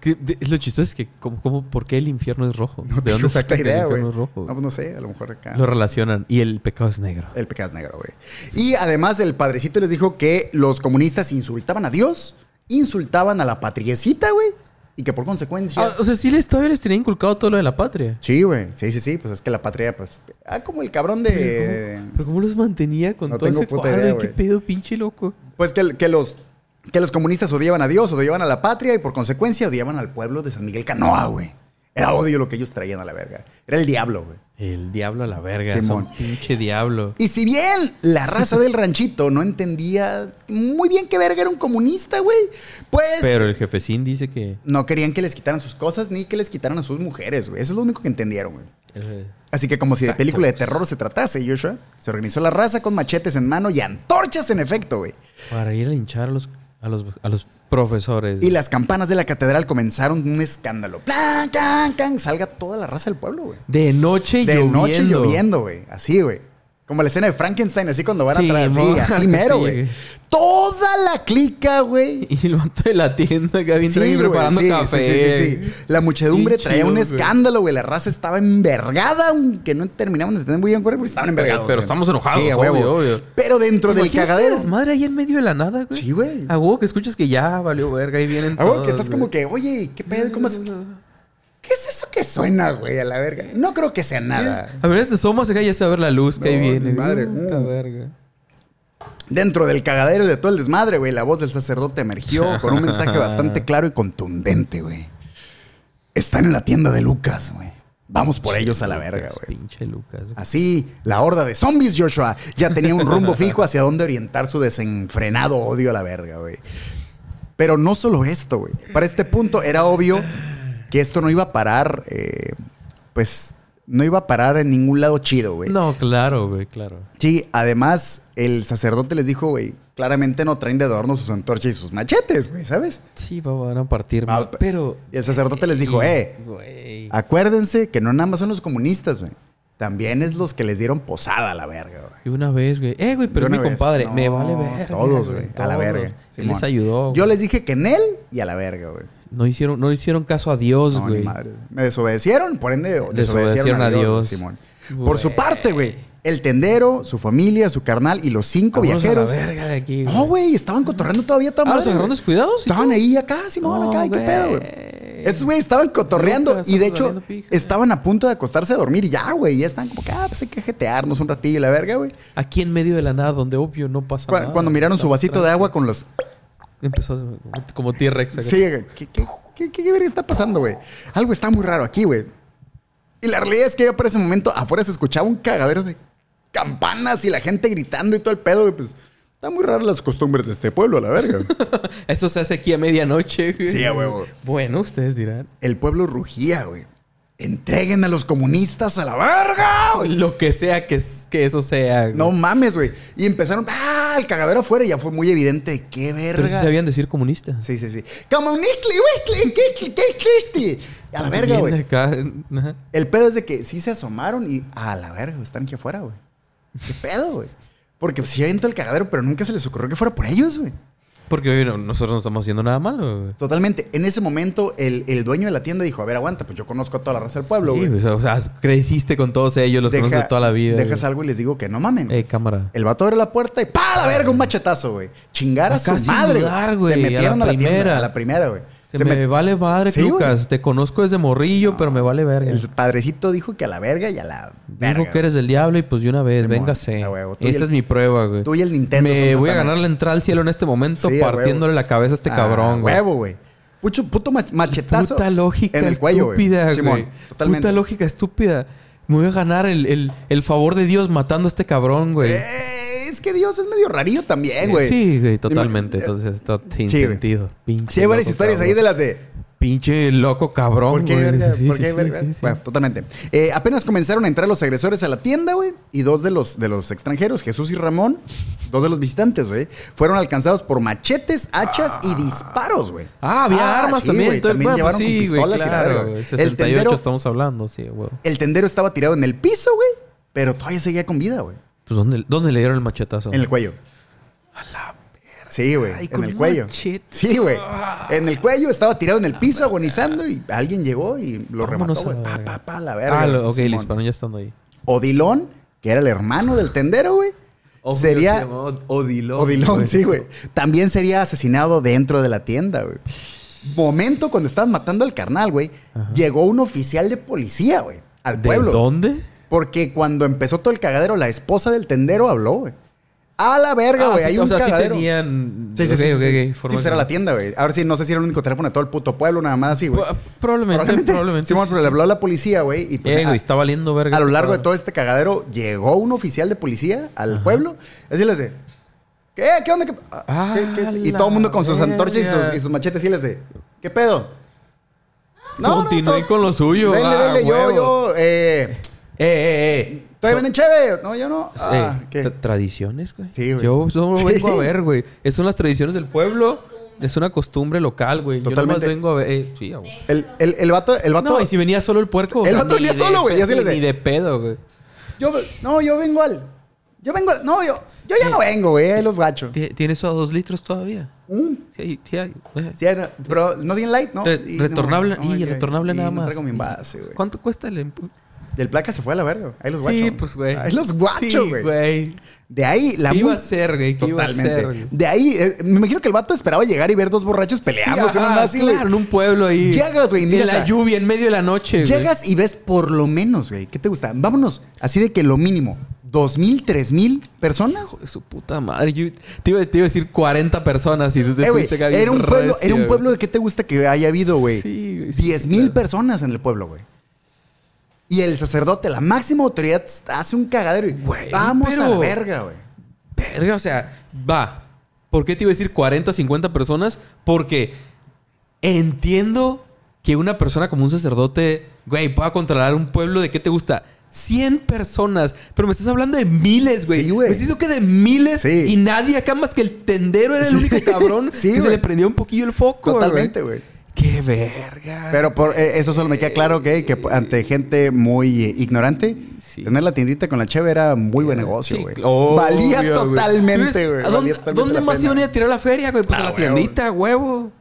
F: Que- de- Lo chistoso es que, ¿cómo, cómo, por qué el infierno es rojo?
C: No
F: ¿De dónde
C: tengo
F: sacan
C: puta
F: que el
C: idea, güey.
F: infierno es
C: No,
F: rojo?
C: pues Eh, no sé, a lo mejor acá.
F: Lo relacionan y el pecado es negro.
C: El pecado es negro, güey. Y además el padrecito les dijo que los comunistas insultaban a Dios, insultaban a la patriecita, güey. Y que por consecuencia...
F: Ah, o sea, sí, les, todavía les tenía inculcado todo lo de la patria.
C: Sí, güey. Sí, sí, sí. Pues es que la patria, pues. Ah, como el cabrón de.
F: Pero ¿cómo los mantenía con
C: No
F: todo
C: tengo
F: ese
C: puta
F: cuadro?
C: idea,
F: ¿Qué
C: güey.
F: pedo, pinche loco?
C: Pues que, que los que los comunistas odiaban a Dios, odiaban a la patria y por consecuencia odiaban al pueblo de San Miguel Canoa, güey. Era odio lo que ellos traían a la verga. Era el diablo, güey.
F: El diablo a la verga.
C: Simón.
F: son pinche diablo.
C: Y si bien la raza del ranchito no entendía muy bien qué verga era un comunista, güey, pues
F: Pero el jefecín dice que.
C: no querían que les quitaran sus cosas ni que les quitaran a sus mujeres, güey. Eso es lo único que entendieron, güey.
F: eh,
C: Así que como si de película de terror se tratase, Joshua, se organizó la raza con machetes en mano y antorchas en efecto, güey.
F: Para ir a linchar a los, a los, a los profesores.
C: Y las campanas de la catedral comenzaron un escándalo. Plan, can, can, salga toda la raza del pueblo, güey.
F: De noche
C: De
F: lloviendo.
C: noche lloviendo, güey. Así, güey. Como la escena de Frankenstein, así cuando van
F: Sí,
C: atrás. Sí,
F: mo-
C: así mero,
F: sí,
C: güey.
F: güey.
C: Toda la clica, güey.
F: Y el vato de la tienda que había
C: Sí,
F: traído
C: güey,
F: preparando
C: sí, sí,
F: café.
C: sí, sí, sí. La muchedumbre
F: Qué
C: traía un
F: chido, güey.
C: escándalo, güey. La raza estaba envergada, aunque no terminaban de tener muy bien, güey, porque estaban envergados.
F: pero
C: güey.
F: estamos enojados,
C: Sí, a huevo.
F: obvio, obvio.
C: Pero dentro del
F: Imagínate ese
C: cagadero.
F: desmadre ahí en medio de la nada, güey.
C: Sí, güey.
F: A huevo que escuchas que ya valió verga y vienen
C: Ah, güey,
F: todos,
C: que estás como
F: güey.
C: que, oye, ¿qué pedo? ¿Cómo es? ¿Qué es eso que suena, güey, a la verga? No creo que sea nada.
F: A ver, te asomas acá y ya se va a ver la luz que ahí
C: No,
F: viene.
C: ni madre.
F: Puta
C: Mm.
F: verga.
C: Dentro del cagadero y de todo el desmadre, güey, la voz del sacerdote emergió con un mensaje bastante claro y contundente, güey. Están en la tienda de Lucas, güey. Vamos por ellos a la verga,
F: Lucas,
C: güey.
F: Pinche Lucas. güey.
C: Así, la horda de zombies, Joshua, ya tenía un rumbo fijo hacia dónde orientar su desenfrenado odio a la verga, güey. Pero no solo esto, güey. Para este punto era obvio que esto no iba a parar, eh, pues, no iba a parar en ningún lado chido, güey.
F: No, claro, güey, claro.
C: Sí, además, el sacerdote les dijo, güey, claramente no traen de adorno sus antorchas y sus machetes, güey, ¿sabes?
F: Sí, va- van a partir,
C: Ah,
F: ma- pero...
C: Y el sacerdote les dijo, eh,
F: Güey.
C: acuérdense que no nada más son los comunistas, güey. También es los que les dieron posada a la verga, güey.
F: Y una vez, güey. Eh, güey,
C: De
F: pero es
C: una
F: mi
C: vez.
F: compadre.
C: No,
F: Me vale verga.
C: Todos, güey. A la
F: todos.
C: verga.
F: Él les
C: Simón.
F: ayudó.
C: Yo
F: güey.
C: les dije que en él y a la verga, güey.
F: No hicieron, no hicieron caso a Dios,
C: No, ni
F: Pues, güey.
C: madre. Me desobedecieron, por ende desobedecieron,
F: Desobedecieron
C: a
F: a
C: Dios.
F: Dios.
C: güey, Simón. Por su
F: Güey.
C: parte, güey, el tendero, su familia, su carnal y los cinco
F: Vámonos
C: viajeros.
F: A la verga de aquí,
C: No, güey, estaban cotorreando todavía tan
F: Ah, los agarraron descuidados. ¿y
C: Estaban
F: tú?
C: ahí acá, Simón,
F: No,
C: acá, ¿y qué
F: güey.
C: pedo, güey? Estos güey estaban cotorreando
F: Nunca
C: y de
F: estamos
C: hecho
F: valiendo pija.
C: estaban a punto de acostarse a dormir y ya, güey, ya están como que, ah, pues hay que jetearnos un ratillo y la verga, güey.
F: Aquí en medio de la nada, donde obvio no pasa
C: Cu-
F: nada.
C: Cuando, miraron su
F: Está
C: vasito de agua con los...
F: tranquilo. Empezó como T-Rex. acá.
C: Sí, ¿qué, qué, qué, qué verga está pasando, güey? Algo está muy raro aquí, güey. Y la realidad es que ya para ese momento afuera se escuchaba un cagadero de campanas y la gente gritando y todo el pedo, güey, pues... Está muy raras las costumbres de este pueblo, a la verga.
F: Eso se hace aquí a medianoche, güey.
C: Sí, a huevo.
F: Bueno, ustedes dirán.
C: El pueblo rugía, güey. Entreguen a los comunistas a la verga, güey.
F: Lo que sea que, es- que eso sea. güey.
C: No mames, güey. Y empezaron, ah, el cagadero afuera. Y ya fue muy evidente. Qué
F: Pero sí
C: verga.
F: sabían decir comunistas.
C: Sí, sí, sí. Comunistli, wistli, quistli, quistli. A la verga,
F: Bien
C: güey.
F: acá, ajá.
C: El pedo es de que sí se asomaron y a la verga, güey, están aquí afuera, güey. ¿Qué pedo, güey? Porque sí entra el cagadero, pero nunca se les ocurrió que fuera por ellos, güey.
F: Porque bueno, nosotros no estamos haciendo nada malo, güey.
C: Totalmente. En ese momento, el, el dueño de la tienda dijo, a ver, aguanta, pues yo conozco a toda la raza del pueblo,
F: Sí,
C: güey.
F: güey, o sea, creciste con todos ellos, los conoces de toda la vida.
C: Dejas
F: güey.
C: algo y les digo que no mamen.
F: Eh, cámara.
C: El vato abre la puerta y ¡pa! la verga, un machetazo, güey. Chingar a
F: Acá
C: su
F: sin
C: madre. güey.
F: dudar,
C: Se
F: güey, a la
C: metieron a la, tienda,
F: primera.
C: a la primera, güey.
F: Que
C: Se
F: me
C: met-
F: vale madre,
C: Sí, güey.
F: Lucas. Te conozco desde morrillo, pero me vale verga.
C: El padrecito dijo que a la verga y a la verga.
F: Digo que eres del diablo y pues de una vez,
C: Simón,
F: véngase.
C: a huevo. Tú y
F: Esta
C: el-
F: es mi prueba, güey.
C: tú y el Nintendo
F: Me
C: son
F: voy a
C: Satanás.
F: ganar la entrada al cielo en este momento
C: Sí, a huevo.
F: partiéndole la cabeza a este
C: Ah,
F: cabrón, güey.
C: Huevo, güey. Pucho, puto mach- machetazo.
F: Puta lógica
C: en el cuello, güey.
F: estúpida,
C: Simón,
F: güey.
C: totalmente.
F: Puta lógica estúpida. Me voy a ganar el, el- el favor de Dios matando a este cabrón, güey.
C: Eh, es que Dios es medio rarillo también, Eh, güey.
F: Sí, güey, totalmente.
C: Ima- eh,
F: Entonces está sin
C: sí, güey.
F: sentido. Pinche
C: Sí, hay varias
F: loco
C: historias ahí
F: cabrón.
C: de las de.
F: Pinche loco cabrón,
C: ¿Por qué,
F: güey.
C: verga?
F: Sí,
C: ¿Por
F: sí,
C: qué,
F: sí,
C: verga?
F: sí, sí.
C: Bueno, totalmente. Eh, apenas comenzaron a entrar los agresores a la tienda, güey. Y dos de los, de los extranjeros, Jesús y Ramón, dos de los visitantes, güey, fueron alcanzados por machetes, hachas y disparos, güey.
F: Ah, había armas
C: sí,
F: también.
C: güey,
F: Entonces,
C: también
F: bueno,
C: llevaron con
F: pues sí, güey,
C: pistolas y la
F: claro,
C: verga,
F: güey.
C: güey. El
F: 68
C: tendero,
F: estamos hablando, sí, güey.
C: el tendero estaba tirado en el piso, güey. Pero todavía seguía con vida, güey.
F: Pues, ¿dónde, ¿dónde le dieron el machetazo?
C: En el cuello. Sí, güey.
F: Ay,
C: En
F: con
C: el
F: un
C: cuello.
F: machete. Ah.
C: Sí, güey. En el cuello estaba tirado en el piso agonizando y alguien llegó y lo
F: Vámonos
C: remató, güey.
F: a la
C: Pa,
F: verga.
C: pa, pa, la verga.
F: Ah, lo- ok, le
C: Simón.
F: dispararon ya estando ahí.
C: Odilón, que era el hermano del tendero, güey. sería
F: Odilón.
C: Odilón, sí, güey. También sería asesinado dentro de la tienda, güey. Momento cuando estaban matando al carnal, güey, llegó un oficial de policía, güey, al
F: ¿De
C: pueblo.
F: dónde?
C: Porque cuando empezó todo el cagadero, la esposa del tendero habló, güey. A la verga,
F: Ah,
C: güey.
F: sí,
C: hay
F: o
C: un
F: sea, sí
C: cagadero.
F: tenían...
C: Sí, sí,
F: Ok,
C: sí. sí,
F: ok,
C: sí.
F: ok,
C: Sí,
F: forma
C: pues era
F: que-
C: la tienda, güey. Ahora sí, no sé si era el único teléfono de todo el puto pueblo, nada más así, güey.
F: Pro- Probablemente, probablemente.
C: Simón, pero le habló a la policía, güey. Y pues,
F: Eh,
C: a-
F: güey, está valiendo verga.
C: a lo
F: este
C: largo de
F: cabrón.
C: todo este cagadero llegó un oficial de policía al pueblo. Así les de, ¿qué? ¿Qué onda? ¿Qué-
F: Ah,
C: qué- qué-?" Y
F: la
C: todo el mundo con sus
F: verga.
C: antorchas y sus, y sus machetes y les de, ¿qué pedo?
F: Continúe
C: todo-
F: con lo suyo.
C: Denle,
F: ah,
C: denle, yo,
F: huevo.
C: yo, eh,
F: Eh, eh, eh.
C: todavía
F: So-
C: venden chévere. No, yo no. Ah,
F: eh,
C: ¿qué?
F: tra- tradiciones, güey.
C: Sí, güey.
F: Yo solo
C: Sí.
F: vengo a ver, güey. Es son las tradiciones del pueblo. Es una costumbre local, güey. Yo nomás
C: Totalmente.
F: vengo a ver. eh, sí, a huevo.
C: El, el, el vato, el vato.
F: No, y si venía solo el puerco. o
C: El
F: sea,
C: vato
F: ni
C: venía
F: de
C: solo, güey,
F: pe-
C: yo sí les sé.
F: Ni de pedo, güey.
C: yo, no, yo vengo al. Yo vengo al. No, yo, yo ya no vengo, güey. Ahí los gacho.
F: Ti- ¿Tiene eso a dos litros todavía? Sí, hay- sí hay, güey.
C: Sí, no, pero no tienen light, ¿no?
F: Re-
C: Y no,
F: retornable,
C: no,
F: y
C: ya-
F: retornable
C: y
F: nada
C: no
F: más.
C: traigo mi envase, güey.
F: ¿Cuánto cuesta el empu-
C: Y el placa se fue a la verga. Ahí los guacho.
F: Sí, pues, güey.
C: Ahí los guacho,
F: Sí,
C: güey.
F: güey.
C: de ahí la
F: ¿Qué iba
C: mul-
F: a ser, güey? ¿Qué iba a
C: Totalmente.
F: ser, güey?
C: de ahí, eh, me imagino que el vato esperaba llegar y ver dos borrachos peleándose.
F: Sí,
C: no,
F: ajá,
C: nada así, güey.
F: claro, en un pueblo ahí.
C: Llegas, güey,
F: En
C: miras
F: la
C: a-
F: lluvia, en medio de la noche, güey.
C: Llegas y ves por lo menos, güey. ¿Qué te gusta? Vámonos. Así de que lo mínimo, dos mil, tres mil personas.
F: Hijo de su puta madre. Yo te, iba, te iba a decir 40 personas y tú te
C: Eh, güey,
F: fuiste acá bien
C: era un pueblo,
F: recio,
C: era un
F: güey.
C: pueblo de qué te gusta que haya habido, güey.
F: Sí, güey, sí,
C: Diez mil
F: claro.
C: personas en el pueblo, güey. Y el sacerdote, la máxima autoridad, hace un cagadero y
F: Güey,
C: vamos a la
F: pero-
C: verga, güey.
F: Verga, o sea, va. ¿Por qué te iba a decir 40, 50 personas? Porque entiendo que una persona como un sacerdote, güey, pueda controlar un pueblo de qué te gusta. 100 personas, pero me estás hablando de miles, güey.
C: Sí, güey.
F: Me estás diciendo que de miles
C: Sí.
F: y nadie acá más que el tendero era el único cabrón
C: Sí,
F: que se
C: güey.
F: le prendió un poquillo el foco, güey.
C: Totalmente, güey.
F: Qué verga.
C: Pero por eh, eso solo me queda claro que, que ante gente muy eh, ignorante,
F: Sí.
C: tener la tiendita con la cheve era muy buen negocio,
F: Sí,
C: güey.
F: obvio,
C: Valía
F: güey.
C: totalmente,
F: Tú
C: güey.
F: eres- ¿A dónde,
C: valía totalmente
F: dónde
C: la
F: más
C: pena.
F: iban a ir a tirar la feria, güey? Pues
C: Ah,
F: a la
C: huevo.
F: tiendita, huevo.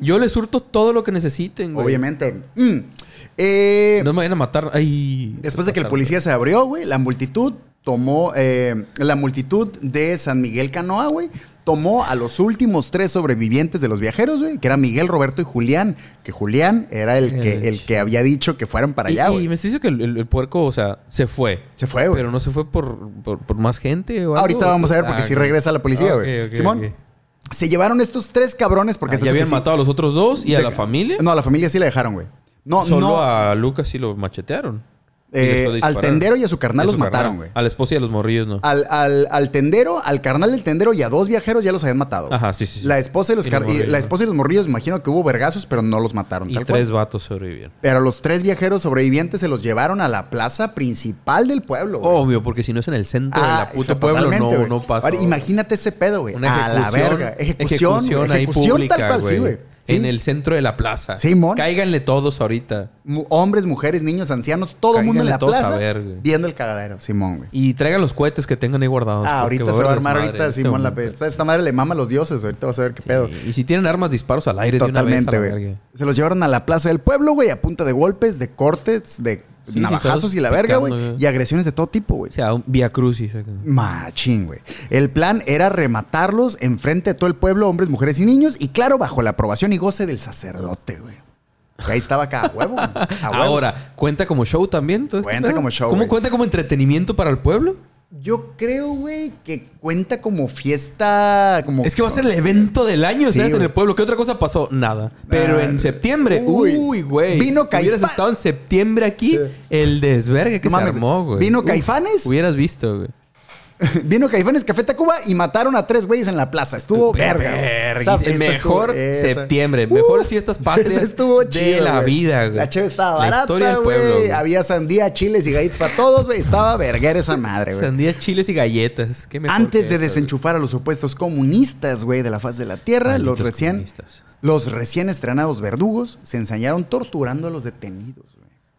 F: Yo les hurto todo lo que necesiten, güey.
C: ¿Mm? Obviamente. Mm. Eh,
F: No me vayan a matar. Ay.
C: después de que el policía se abrió, güey, la multitud tomó. eh, la multitud de San Miguel Canoa, güey. Tomó a los últimos tres sobrevivientes de los viajeros, güey, que era Miguel, Roberto y Julián. Que Julián era el que, el que había dicho que fueran para
F: Eh, Y-
C: allá,
F: y,
C: güey.
F: me dice que el, el- el puerco, o sea, se fue.
C: Se fue, güey.
F: Pero no se fue por, por, por más gente o algo.
C: Ahorita vamos a ver porque
F: Ah,
C: si
F: ok.
C: regresa la policía,
F: Ah,
C: güey.
F: ok, ok,
C: Simón,
F: ok.
C: se llevaron estos tres cabrones porque
F: Ah,
C: estas
F: ya
C: que
F: habían
C: sí-
F: matado a los otros dos y a
C: de-
F: la familia.
C: No, a la familia sí la dejaron, güey. No,
F: Solo
C: no.
F: a Lucas sí lo machetearon. Y
C: Eh,
F: les- lo
C: al
F: dispararon.
C: tendero y a su carnal
F: Y
C: los mataron, güey. Ah,
F: A la esposa y a los morrillos, ¿no?
C: Al, al, al tendero, al carnal del tendero y a dos viajeros ya los habían matado. güey.
F: Ajá, sí, sí, sí.
C: La esposa y los,
F: Y los
C: car- y
F: morrillos,
C: la
F: ¿no?
C: esposa y los morrillos, imagino que hubo vergazos, pero no los mataron.
F: y
C: tal cual.
F: tres vatos sobrevivieron.
C: Pero los tres viajeros sobrevivientes se los llevaron a la plaza principal del pueblo, güey.
F: Obvio, porque si no es Oh, en el centro de
C: Ah,
F: la puta
C: exacto,
F: pueblo, no,
C: totalmente, güey.
F: no pasa.
C: Ahora, imagínate ese pedo, güey.
F: Una
C: A la
F: ejecución-
C: verga. Ejecución, ejecución,
F: ahí
C: tal
F: pública,
C: cual, sí, güey. Sí.
F: En el centro de la plaza.
C: Simón.
F: Cáiganle todos ahorita.
C: Mu- hombres, mujeres, niños, ancianos, todo el mundo en
F: Cáiganle
C: la
F: todos
C: plaza
F: a ver, güey.
C: viendo el cagadero, Simón, güey.
F: Y traigan los cohetes que tengan ahí guardados.
C: Ah,
F: porque
C: ahorita se va a
F: haber
C: armar
F: desmadre
C: ahorita
F: en este
C: Simón la
F: momento.
C: pe- Esta madre le mama a los dioses, ahorita vas a ver qué pedo.
F: Y si tienen armas, disparos al aire
C: Totalmente,
F: de una vez. a la
C: güey.
F: verga.
C: Se los llevaron a la plaza del pueblo, güey, a punta de golpes, de cortes, de
F: Sí,
C: navajazos
F: pistolas
C: y la verga,
F: picando,
C: güey.
F: güey.
C: Y agresiones de todo tipo, güey.
F: O sea, un vía crucis. acá.
C: Machín, güey. El plan era rematarlos enfrente de todo el pueblo, hombres, mujeres y niños, y claro, bajo la aprobación y goce del sacerdote, güey. Que Ahí estaba acá, a huevo. güey, a Ah, huevo.
F: Ahora, ¿cuenta como show también? todo este
C: Cuenta
F: pedo?
C: como show,
F: ¿Cómo
C: güey.
F: cuenta como entretenimiento para el pueblo?
C: Yo creo, güey, que cuenta como fiesta. Como,
F: Es que va a ser el evento del año,
C: Sí,
F: ¿sabes? En
C: güey.
F: el pueblo. ¿Qué otra cosa pasó? Nada. Pero
C: Ah,
F: en septiembre.
C: uy.
F: Uy, güey.
C: Vino
F: Hubieras
C: Caifán-
F: estado en septiembre aquí.
C: Sí.
F: El desvergue que
C: No mames,
F: se armó, güey.
C: ¿vino
F: Uf,
C: Caifanes?
F: Hubieras visto, güey.
C: Vino Caifanes Café Tacuba y mataron a tres güeyes en la plaza. Estuvo verga. güey.
F: Verga.
C: Esa
F: El
C: fiesta
F: mejor
C: estuvo- esa.
F: septiembre.
C: Uh,
F: mejores fiestas patrias
C: esa estuvo
F: de
C: chido,
F: la
C: güey.
F: vida, güey.
C: La cheve estaba
F: La historia
C: barata,
F: del pueblo,
C: güey.
F: güey.
C: Había sandía, chiles y galletas para todos, güey. Estaba verguera esa madre, güey.
F: Sandía, chiles y galletas. Qué mejor
C: Antes
F: que
C: de
F: eso,
C: desenchufar a los supuestos comunistas, güey, de la faz de la tierra,
F: Malditos
C: los recién
F: comunistas.
C: los recién estrenados verdugos se ensañaron torturando a los detenidos, güey.
F: güey.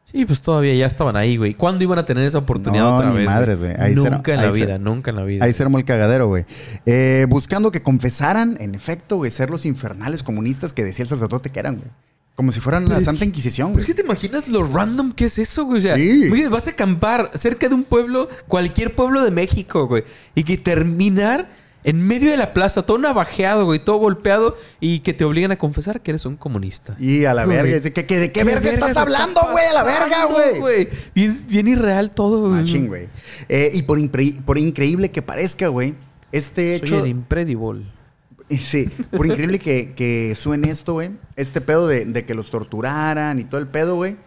F: Sí, pues todavía ya estaban ahí, güey. ¿Cuándo iban a tener esa oportunidad
C: No,
F: otra
C: ni
F: vez?
C: madres, güey. Ahí se-
F: nunca en
C: ahí
F: la
C: se-
F: vida, nunca en la vida.
C: Ahí se armó el cagadero, güey. Eh, buscando que confesaran, en efecto, güey, ser los infernales comunistas que decía el sacerdote que eran, güey. Como si fueran la
F: Pero es
C: Santa
F: que-
C: Inquisición,
F: ¿Pero
C: güey.
F: es que te imaginas lo random que es eso, güey? O sea,
C: Sí.
F: imagínate, vas a acampar cerca de un pueblo, cualquier pueblo de México, güey. Y que terminar en medio de la plaza, todo navajeado, güey, todo golpeado, y que te obligan a confesar que eres un comunista.
C: Y a la
F: Güey.
C: verga. dice, ¿qué- qué- ¿De qué, verga estás
F: vergas
C: hablando,
F: está
C: güey? A la verga,
F: pasando,
C: güey.
F: Bien, bien irreal todo, güey.
C: Machín, güey. Eh, y por, impre- por increíble que parezca, güey, Este hecho.
F: Impredibol.
C: Y Sí, por increíble que, que suene esto, güey. Este pedo de, de que los torturaran y todo el pedo, güey.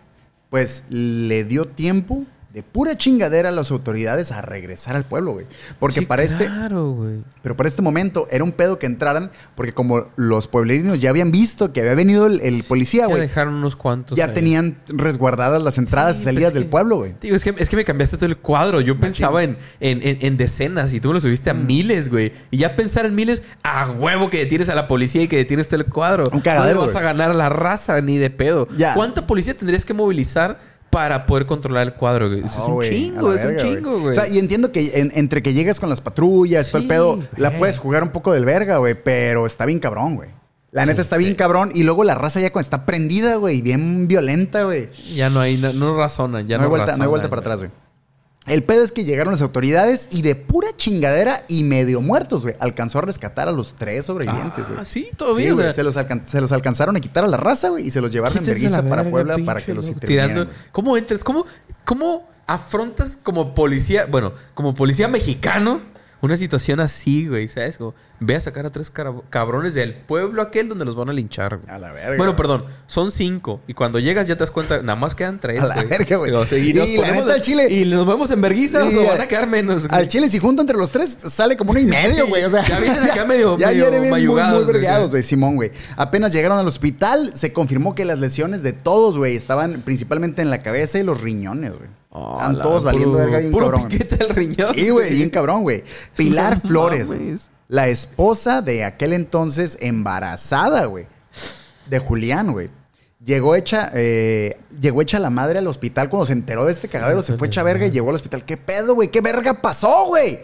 C: Pues le dio tiempo de pura chingadera a las autoridades a regresar al pueblo, güey. Porque
F: Sí,
C: para este.
F: Claro, güey.
C: Pero para este momento era un pedo que entraran, porque como los pueblerinos ya habían visto que había venido el, el policía,
F: Ya
C: güey,
F: dejaron unos cuantos.
C: ya
F: ahí.
C: tenían resguardadas las entradas
F: Sí,
C: y
F: pero
C: salidas
F: es
C: del
F: que-
C: pueblo, güey.
F: Digo, es que, es que me cambiaste todo el cuadro. Yo pensaba en, en, en- en decenas y tú me lo subiste a
C: Mm.
F: miles, güey. Y ya pensar en miles, a huevo que detienes a la policía y que detienes todo el cuadro.
C: Un cagadero,
F: No le vas
C: güey.
F: a ganar a la raza ni de pedo.
C: Ya.
F: ¿Cuánta policía tendrías que movilizar para poder controlar el cuadro, güey? Eso
C: No,
F: es un
C: güey, a
F: chingo,
C: la
F: es un
C: verga,
F: chingo, güey.
C: O sea, y entiendo que en- entre que llegas con las patrullas, todo el
F: Sí,
C: pedo, la
F: güey.
C: puedes jugar un poco del verga, güey, pero está bien cabrón, güey. La neta está bien cabrón y luego la raza ya cuando está prendida, güey, bien violenta, güey.
F: Ya no hay, no, no razonan, ya
C: no,
F: no,
C: hay vuelta, no hay
F: razonan,
C: vuelta para atrás, güey. El pedo es que llegaron las autoridades y de pura chingadera y medio muertos, güey, alcanzó a rescatar a los tres sobrevivientes, güey.
F: Ah, sí, todavía.
C: Sí,
F: o
C: güey,
F: sea,
C: se, los alcan- se los alcanzaron a quitar a la raza, güey, y se los llevaron en
F: Quítense
C: vergüenza
F: la
C: para
F: verga,
C: Puebla para
F: pinche
C: que los
F: loco.
C: intervinieran.
F: Tirando-
C: güey.
F: ¿Cómo entras? ¿Cómo, ¿Cómo afrontas como policía, bueno, como policía mexicano, una situación así, güey? ¿Sabes? Como, ve a sacar a tres cara- cabrones del pueblo aquel donde los van a linchar, güey.
C: A la verga.
F: Bueno,
C: güey.
F: perdón, son cinco. Y cuando llegas ya te das cuenta, nada más quedan tres.
C: A la verga, güey.
F: O sea, y,
C: Y
F: nos
C: la
F: ponemos-
C: neta, al chile-
F: Y nos vemos en verguizas
C: Sí,
F: o van
C: eh,
F: a quedar menos. güey.
C: Al chile, si junto entre los tres, sale como uno y medio, güey. O sea,
F: Ya vienen acá medio-
C: ya
F: medio
C: vienen bien muy,
F: mayugados,
C: muy
F: güey.
C: vergueados, güey, Simón, güey. Apenas llegaron al hospital, se confirmó que las lesiones de todos, güey, estaban principalmente en la cabeza y los riñones, güey.
F: Oh,
C: Estaban
F: la-
C: todos valiendo
F: puro-
C: verga bien
F: Puro
C: cabrón.
F: piquete al riñón.
C: Sí, güey, bien cabrón, güey. Pilar
F: No
C: Flores,
F: mames.
C: güey, la esposa de aquel entonces embarazada, güey, de Julián, güey. Llegó hecha, eh, llegó hecha la madre al hospital cuando se enteró de este cagadero, se fue hecha verga y llegó al hospital. ¿Qué pedo, güey? ¿Qué verga pasó, güey?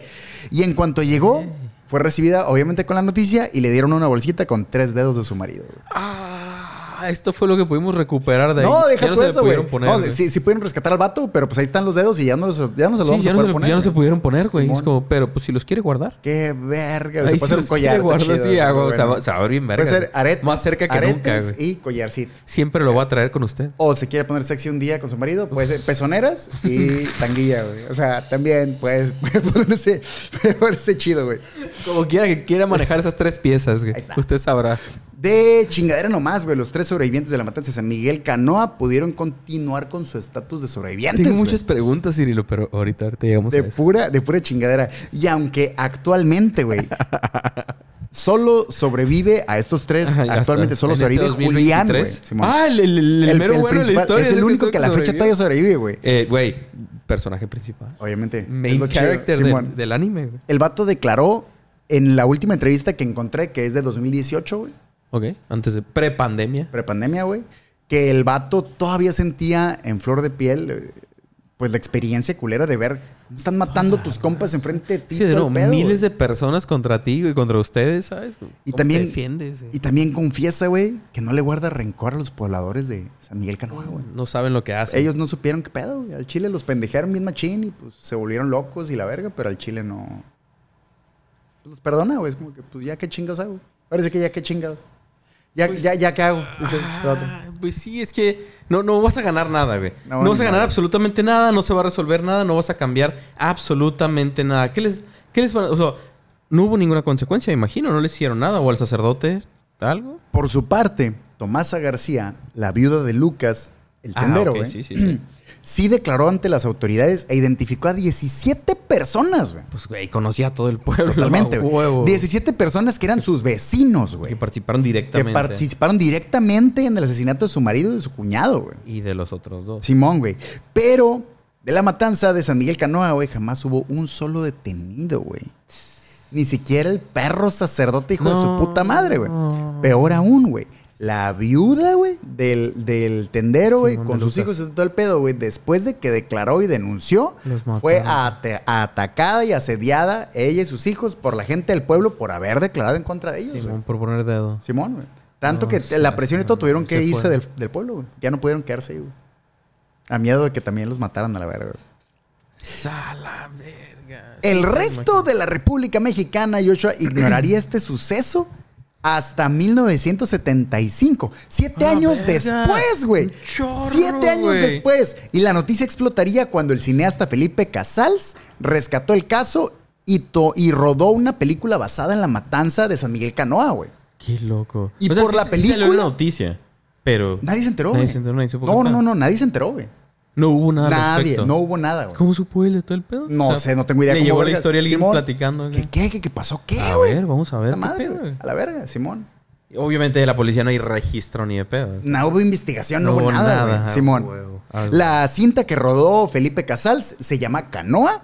C: Y en cuanto llegó, fue recibida obviamente con la noticia y le dieron una bolsita con tres dedos de su marido. güey.
F: Ah, esto fue lo que pudimos recuperar de ahí.
C: No, deja
F: Ya
C: tú
F: se le
C: eso, güey.
F: pudieron poner,
C: No,
F: güey.
C: sí, sí pudieron rescatar al vato, pero pues ahí están los dedos y ya no, los, ya no se los
F: Sí,
C: vamos
F: ya,
C: a
F: no
C: poder
F: se,
C: poner.
F: ya no se
C: güey.
F: pudieron poner, güey. Es
C: Simón.
F: como, pero pues si los quiere guardar.
C: Qué verga, güey.
F: Ahí
C: Se
F: sí
C: puede hacer
F: los
C: un collar.
F: quiere
C: está
F: guardar,
C: chido,
F: sí,
C: está
F: ah, güey,
C: bueno.
F: o sea, va- se va a ver bien verga.
C: Puede ser aretes.
F: Más cerca que nunca,
C: aretes
F: güey.
C: Y collarcito.
F: Siempre lo voy a traer con usted.
C: O se quiere poner sexy un día con su marido, puede ser pezoneras y tanguilla, güey. O sea, también puedes puede ponerse, puede ponerse chido, güey.
F: Como quiera que quiera manejar esas tres piezas, güey.
C: Ahí está.
F: Usted sabrá.
C: De chingadera nomás, güey. Los tres sobrevivientes de la matanza de San Miguel Canoa pudieron continuar con su estatus de sobrevivientes.
F: Tengo
C: güey.
F: muchas preguntas, Cirilo, pero ahorita, ahorita llegamos
C: De
F: a eso.
C: pura, de pura chingadera. Y aunque actualmente, güey, solo sobrevive a estos tres,
F: Ajá, ya
C: actualmente
F: está.
C: solo
F: En este
C: sobrevive Julián, güey.
F: 2023.
C: Simón.
F: Ah, el, el, el, el mero bueno de la
C: principal-
F: historia.
C: Es el único
F: soy
C: que, a la fecha
F: sobrevivió.
C: todavía sobrevive, güey.
F: Eh, güey, personaje principal.
C: Obviamente. es
F: Main
C: lo chido,
F: character de-
C: Simón.
F: del anime, güey.
C: El vato declaró en la última entrevista que encontré, que es de 2018, güey,
F: Ok, antes de prepandemia.
C: prepandemia, güey, que el vato todavía sentía en flor de piel, eh, pues la experiencia culera de ver cómo están matando tus compas enfrente de ti.
F: Sí, de
C: todo
F: nuevo,
C: el pedo,
F: miles
C: güey.
F: de personas contra ti, güey, contra ustedes, ¿sabes?
C: Y
F: ¿Cómo
C: también-
F: te defiendes, güey?
C: Y también confiesa, güey, que no le guarda rencor a los pobladores de San Miguel Canoa, güey.
F: No saben lo que hacen.
C: Ellos no supieron qué pedo, güey. Al Chile los pendejaron bien machín y pues se volvieron locos y la verga, pero al Chile no. Pues los perdona, güey. Es como que, pues ya qué chingados hago. Parece que ya qué chingados. Ya, ya, ya qué hago. Dice, el vato.
F: Pues, Ah, pues sí, es que no, no vas a ganar nada, güey.
C: No,
F: No,
C: ni
F: vas a ganar
C: madre.
F: absolutamente nada, no se va a resolver nada, no vas a cambiar absolutamente nada. ¿Qué les, qué les van a- O sea, no hubo ninguna consecuencia, me imagino, no le hicieron nada. O al sacerdote, algo.
C: Por su parte, Tomasa García, la viuda de Lucas, el
F: Ah,
C: tendero,
F: ok,
C: güey,
F: sí, sí, sí.
C: sí declaró ante las autoridades e identificó a 17 personas, güey.
F: Pues, güey, conocía a todo el pueblo.
C: Totalmente,
F: a
C: güey.
F: huevo.
C: 17 personas que eran sus vecinos,
F: Que
C: güey.
F: participaron
C: Que
F: directamente.
C: participaron directamente en el asesinato de su marido y de su cuñado, güey.
F: y de los otros dos.
C: Simón, güey. Pero de la matanza de San Miguel Canoa, güey, jamás hubo un solo detenido, güey. Ni siquiera el perro sacerdote hijo de su
F: No.
C: puta madre, güey. Peor aún, güey. La viuda, güey, del, del tendero, güey,
F: Simón
C: con
F: de
C: sus
F: Lucas.
C: hijos y todo el pedo, güey, después de que declaró y denunció,
F: Los mataron.
C: fue ate- atacada y asediada, ella y sus hijos, por la gente del pueblo por haber declarado en contra de ellos, güey.
F: Simón, por poner dedo.
C: Simón, güey. Tanto
F: No
C: que
F: seas
C: la presión y todo
F: mamón,
C: tuvieron que
F: se
C: irse
F: fueron.
C: del, del pueblo, güey. Ya no pudieron quedarse ahí, güey. A miedo de que también los mataran a la verga. güey.
F: Sala, verga.
C: El resto de la República Mexicana, Joshua, ignoraría este suceso hasta 1975. Siete
F: Ah,
C: años
F: verga.
C: después, güey.
F: Un chorro,
C: Siete años
F: güey.
C: después. Y la noticia explotaría cuando el cineasta Felipe Casals rescató el caso y, to- y rodó una película basada en la matanza de San Miguel Canoa, güey.
G: Qué loco.
C: Y por la
G: salió
C: película-
G: la noticia, pero
C: Nadie se enteró,
G: Nadie
C: güey.
G: se enteró, nadie supo qué
C: no,
G: pedo.
C: no, no, nadie se enteró, güey.
G: no hubo nada al
C: Nadie,
G: respecto.
C: no hubo nada, güey.
G: ¿Cómo supo él de todo el pedo?
C: No
G: O sea,
C: sé, no tengo idea
G: Le
C: cómo
G: llevó la
C: verga.
G: historia a alguien
C: Simón,
G: platicando. acá.
C: ¿Qué, qué, qué, qué pasó? ¿Qué,
G: A
C: güey?
G: ver, vamos a ver
C: Esta
G: qué
C: madre,
G: pedo,
C: güey.
G: güey.
C: A la verga, Simón.
G: Obviamente de la policía no hay registro ni de pedo.
C: No hubo investigación, no, hubo nada, güey.
G: ah,
C: Simón.
G: huevo. Ah,
C: La cinta que rodó Felipe Casals se llama Canoa.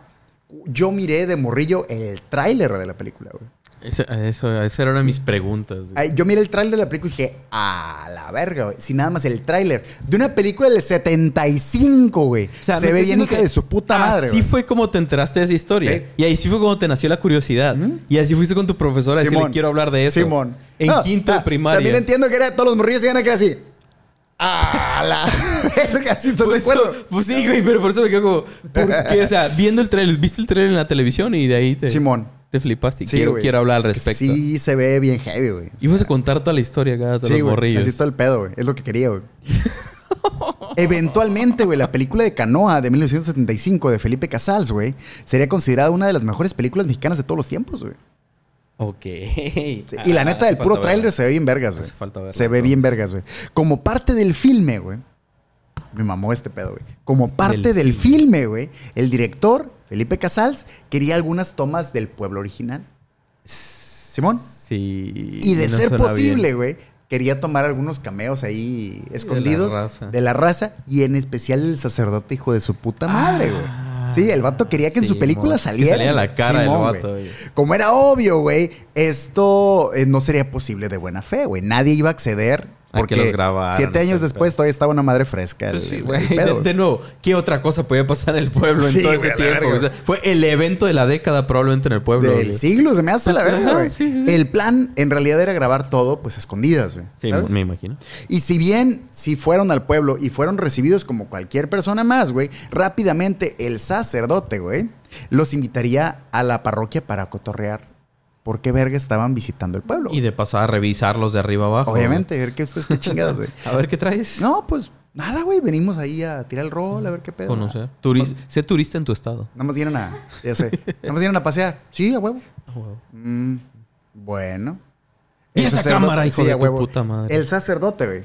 C: Yo miré de morrillo el tráiler de la película, güey.
G: Esa, eso- esa era una de mis preguntas. güey.
C: Ay, Yo miré el tráiler de la película y dije, a la verga, güey. Si nada más el tráiler de una película del 75, güey.
G: O sea, me
C: se ve
G: estás
C: bien
G: diciendo
C: hija
G: que
C: de su puta madre,
G: Así
C: güey.
G: fue como te enteraste de esa historia.
C: Sí.
G: Y ahí sí fue como te nació la curiosidad. Y así fuiste con tu profesora a decirle,
C: Simón.
G: quiero hablar de eso.
C: Simón.
G: En
C: No,
G: quinto de
C: ta-
G: primaria.
C: También entiendo que era todos los morrillos iban a quedar así. A la verga, si estás de acuerdo.
G: Ah, Pues sí, güey, pero por eso me quedo como... ¿Por qué? O sea, viendo el trailer, viste el trailer en la televisión y de ahí te...
C: Simón.
G: Te flipaste y
C: Sí,
G: quiero,
C: güey.
G: quiero hablar al respecto.
C: Sí, se ve bien heavy, güey.
G: Ibas a contar toda la historia acá de
C: Sí,
G: los
C: güey.
G: morrillos.
C: Así todo el pedo, güey. Es lo que quería, güey. Eventualmente, güey, la película de Canoa de 1975 de Felipe Casals, güey, sería considerada una de las mejores películas mexicanas de todos los tiempos, güey.
G: Ok.
C: Sí, y la
G: Ah,
C: neta,
G: hace
C: el puro
G: falta
C: tráiler
G: verla.
C: se ve bien vergas, güey.
G: Hace falta verla,
C: Se ve
G: ¿no?
C: bien vergas, güey. Como parte del filme, güey. Me mamó este pedo, güey. Como parte
G: Del
C: del filme, güey, el director, Felipe Casals, quería algunas tomas del pueblo original. Simón.
G: Sí.
C: Y de
G: no
C: ser
G: suena
C: posible,
G: bien.
C: güey, quería tomar algunos cameos ahí escondidos de la, raza.
G: raza.
C: y en especial el sacerdote hijo de su puta madre, güey.
G: Ah,
C: Sí, el vato quería que en su
G: Simón.
C: película
G: Que
C: saliera.
G: saliera la
C: güey.
G: cara del
C: Simón,
G: vato, güey.
C: Como era obvio, güey, esto eh, no sería posible de buena fe, güey. Nadie iba a acceder
G: A
C: porque
G: que los grabaran,
C: siete años
G: etcétera.
C: después todavía estaba una madre fresca. el-
G: Pues sí,
C: el
G: güey.
C: pedo,
G: De,
C: güey.
F: De nuevo, ¿qué otra cosa podía pasar en el pueblo en
C: Sí,
F: todo
C: güey, a
F: ese
C: la
F: tiempo?
C: verga,
F: O sea,
G: güey. fue el evento de la década probablemente en el pueblo.
C: Del
G: güey.
C: siglo se me hace la
G: Pues,
C: verga,
G: ajá,
C: güey.
G: sí, sí, sí.
C: El plan en realidad era grabar todo pues a escondidas, güey.
G: Sí,
C: ¿sabes?
G: me imagino.
C: Y si bien si fueron al pueblo y fueron recibidos como cualquier persona más, güey, rápidamente el sacerdote, güey, los invitaría a la parroquia para cotorrear. ¿Por qué verga estaban visitando el pueblo?
F: Y de pasada revisarlos de arriba abajo.
C: Obviamente, a ver qué ustedes qué chingados, güey.
F: A ver qué traes.
C: No, pues nada, güey, venimos ahí a tirar el rol, a ver qué pedo.
F: Conocer.
C: Nada.
F: Turis- sé turista en tu estado.
C: Nada más vienen a, ya sé, nada más vienen a pasear. Sí, a huevo. Mm, bueno.
F: ¿Y
C: El
F: esa
C: sacerdote-
F: cámara, hijo
C: sí,
F: de
C: a
F: tu
C: huevo.
F: puta madre?
C: El sacerdote, güey.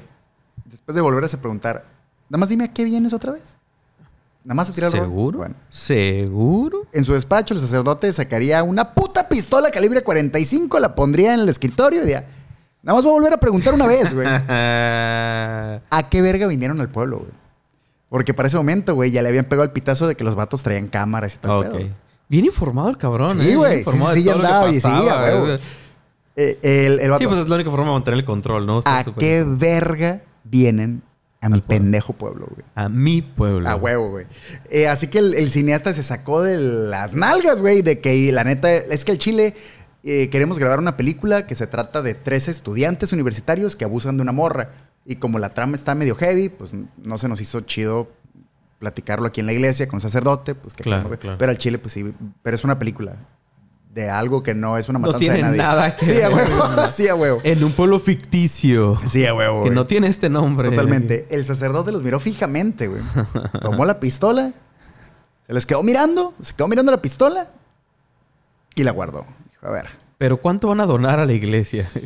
C: Después de volverse a preguntar, nada más dime a qué vienes otra vez. Nada más a tirar el rol.
G: ¿Seguro?
C: Bueno.
G: ¿Seguro?
C: En su despacho, el sacerdote sacaría una puta pistola calibre 45, la pondría en el escritorio y diría, nada más voy a volver a preguntar una vez, güey.
G: Ah,
C: ¿A qué verga vinieron al pueblo, güey? Porque para ese momento, güey, ya le habían pegado el pitazo de que los vatos traían cámaras y todo el
G: ok.
C: pedo.
G: Bien informado el cabrón,
C: Sí,
G: ¿eh? Bien
C: güey. Sí,
G: informado
C: sí,
G: de
C: ya
G: todo lo que
C: andaba y sí,
G: pasaba,
C: a
G: güey.
C: huevo. Eh, el, el vato,
G: Sí, pues es la única forma de mantener el control, ¿no? Está
C: ¿a
G: súper-
C: qué verga vienen a mi pendejo pueblo, güey?
G: A mi pueblo.
C: A huevo, güey. Eh, así que el, el cineasta se sacó de las nalgas, güey, de que la neta es que el Chile eh, queremos grabar una película que se trata de tres estudiantes universitarios que abusan de una morra. Y como la trama está medio heavy, pues n- no se nos hizo chido platicarlo aquí en la iglesia con un sacerdote, pues que
G: Claro,
C: queremos-
G: claro.
C: pero al Chile, pues sí, pero es una película de algo que no es una
F: No
C: matanza de
F: tiene
C: nadie.
F: nada que
C: sí, a
F: ver,
C: huevo, sí, a huevo.
G: En un pueblo ficticio.
C: Sí, a huevo.
F: Que
C: güey.
F: no tiene este nombre.
C: Totalmente. El sacerdote los miró fijamente, güey. Tomó la pistola, se les quedó mirando, se quedó mirando la pistola y la guardó. Dijo, a ver.
F: Pero ¿cuánto van a donar a la iglesia?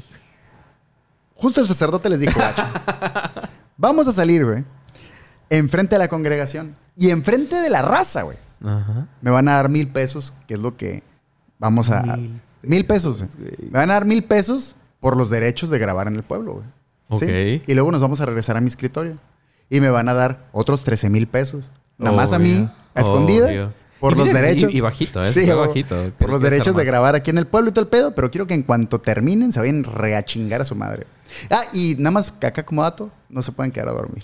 C: Justo el sacerdote les dijo, "Guacho, vamos a salir, güey, enfrente de la congregación y enfrente de la raza, güey.
G: Ajá.
C: Me van a dar mil pesos, que es lo que vamos a... a- Mil,
G: Mil
C: pesos, güey. Me van a dar mil pesos por los derechos de grabar en el pueblo, güey. ¿Sí?
G: Ok.
C: Y luego nos vamos a regresar a mi escritorio. Y me van a dar otros 13 mil pesos. Nada más a
G: Obvio.
C: mí, a escondidas,
G: Obvio.
C: por
F: Y
C: los
F: mira, y-
C: derechos.
F: y bajito, ¿eh?
C: Sí,
F: Fue
C: güey.
F: bajito.
C: Por los
F: Quería
C: derechos
F: estar
C: de
F: más.
C: grabar aquí en el pueblo y todo el pedo, pero quiero que en cuanto terminen se vayan re a chingar a su madre. Ah, y nada más que acá como dato, no se pueden quedar a dormir.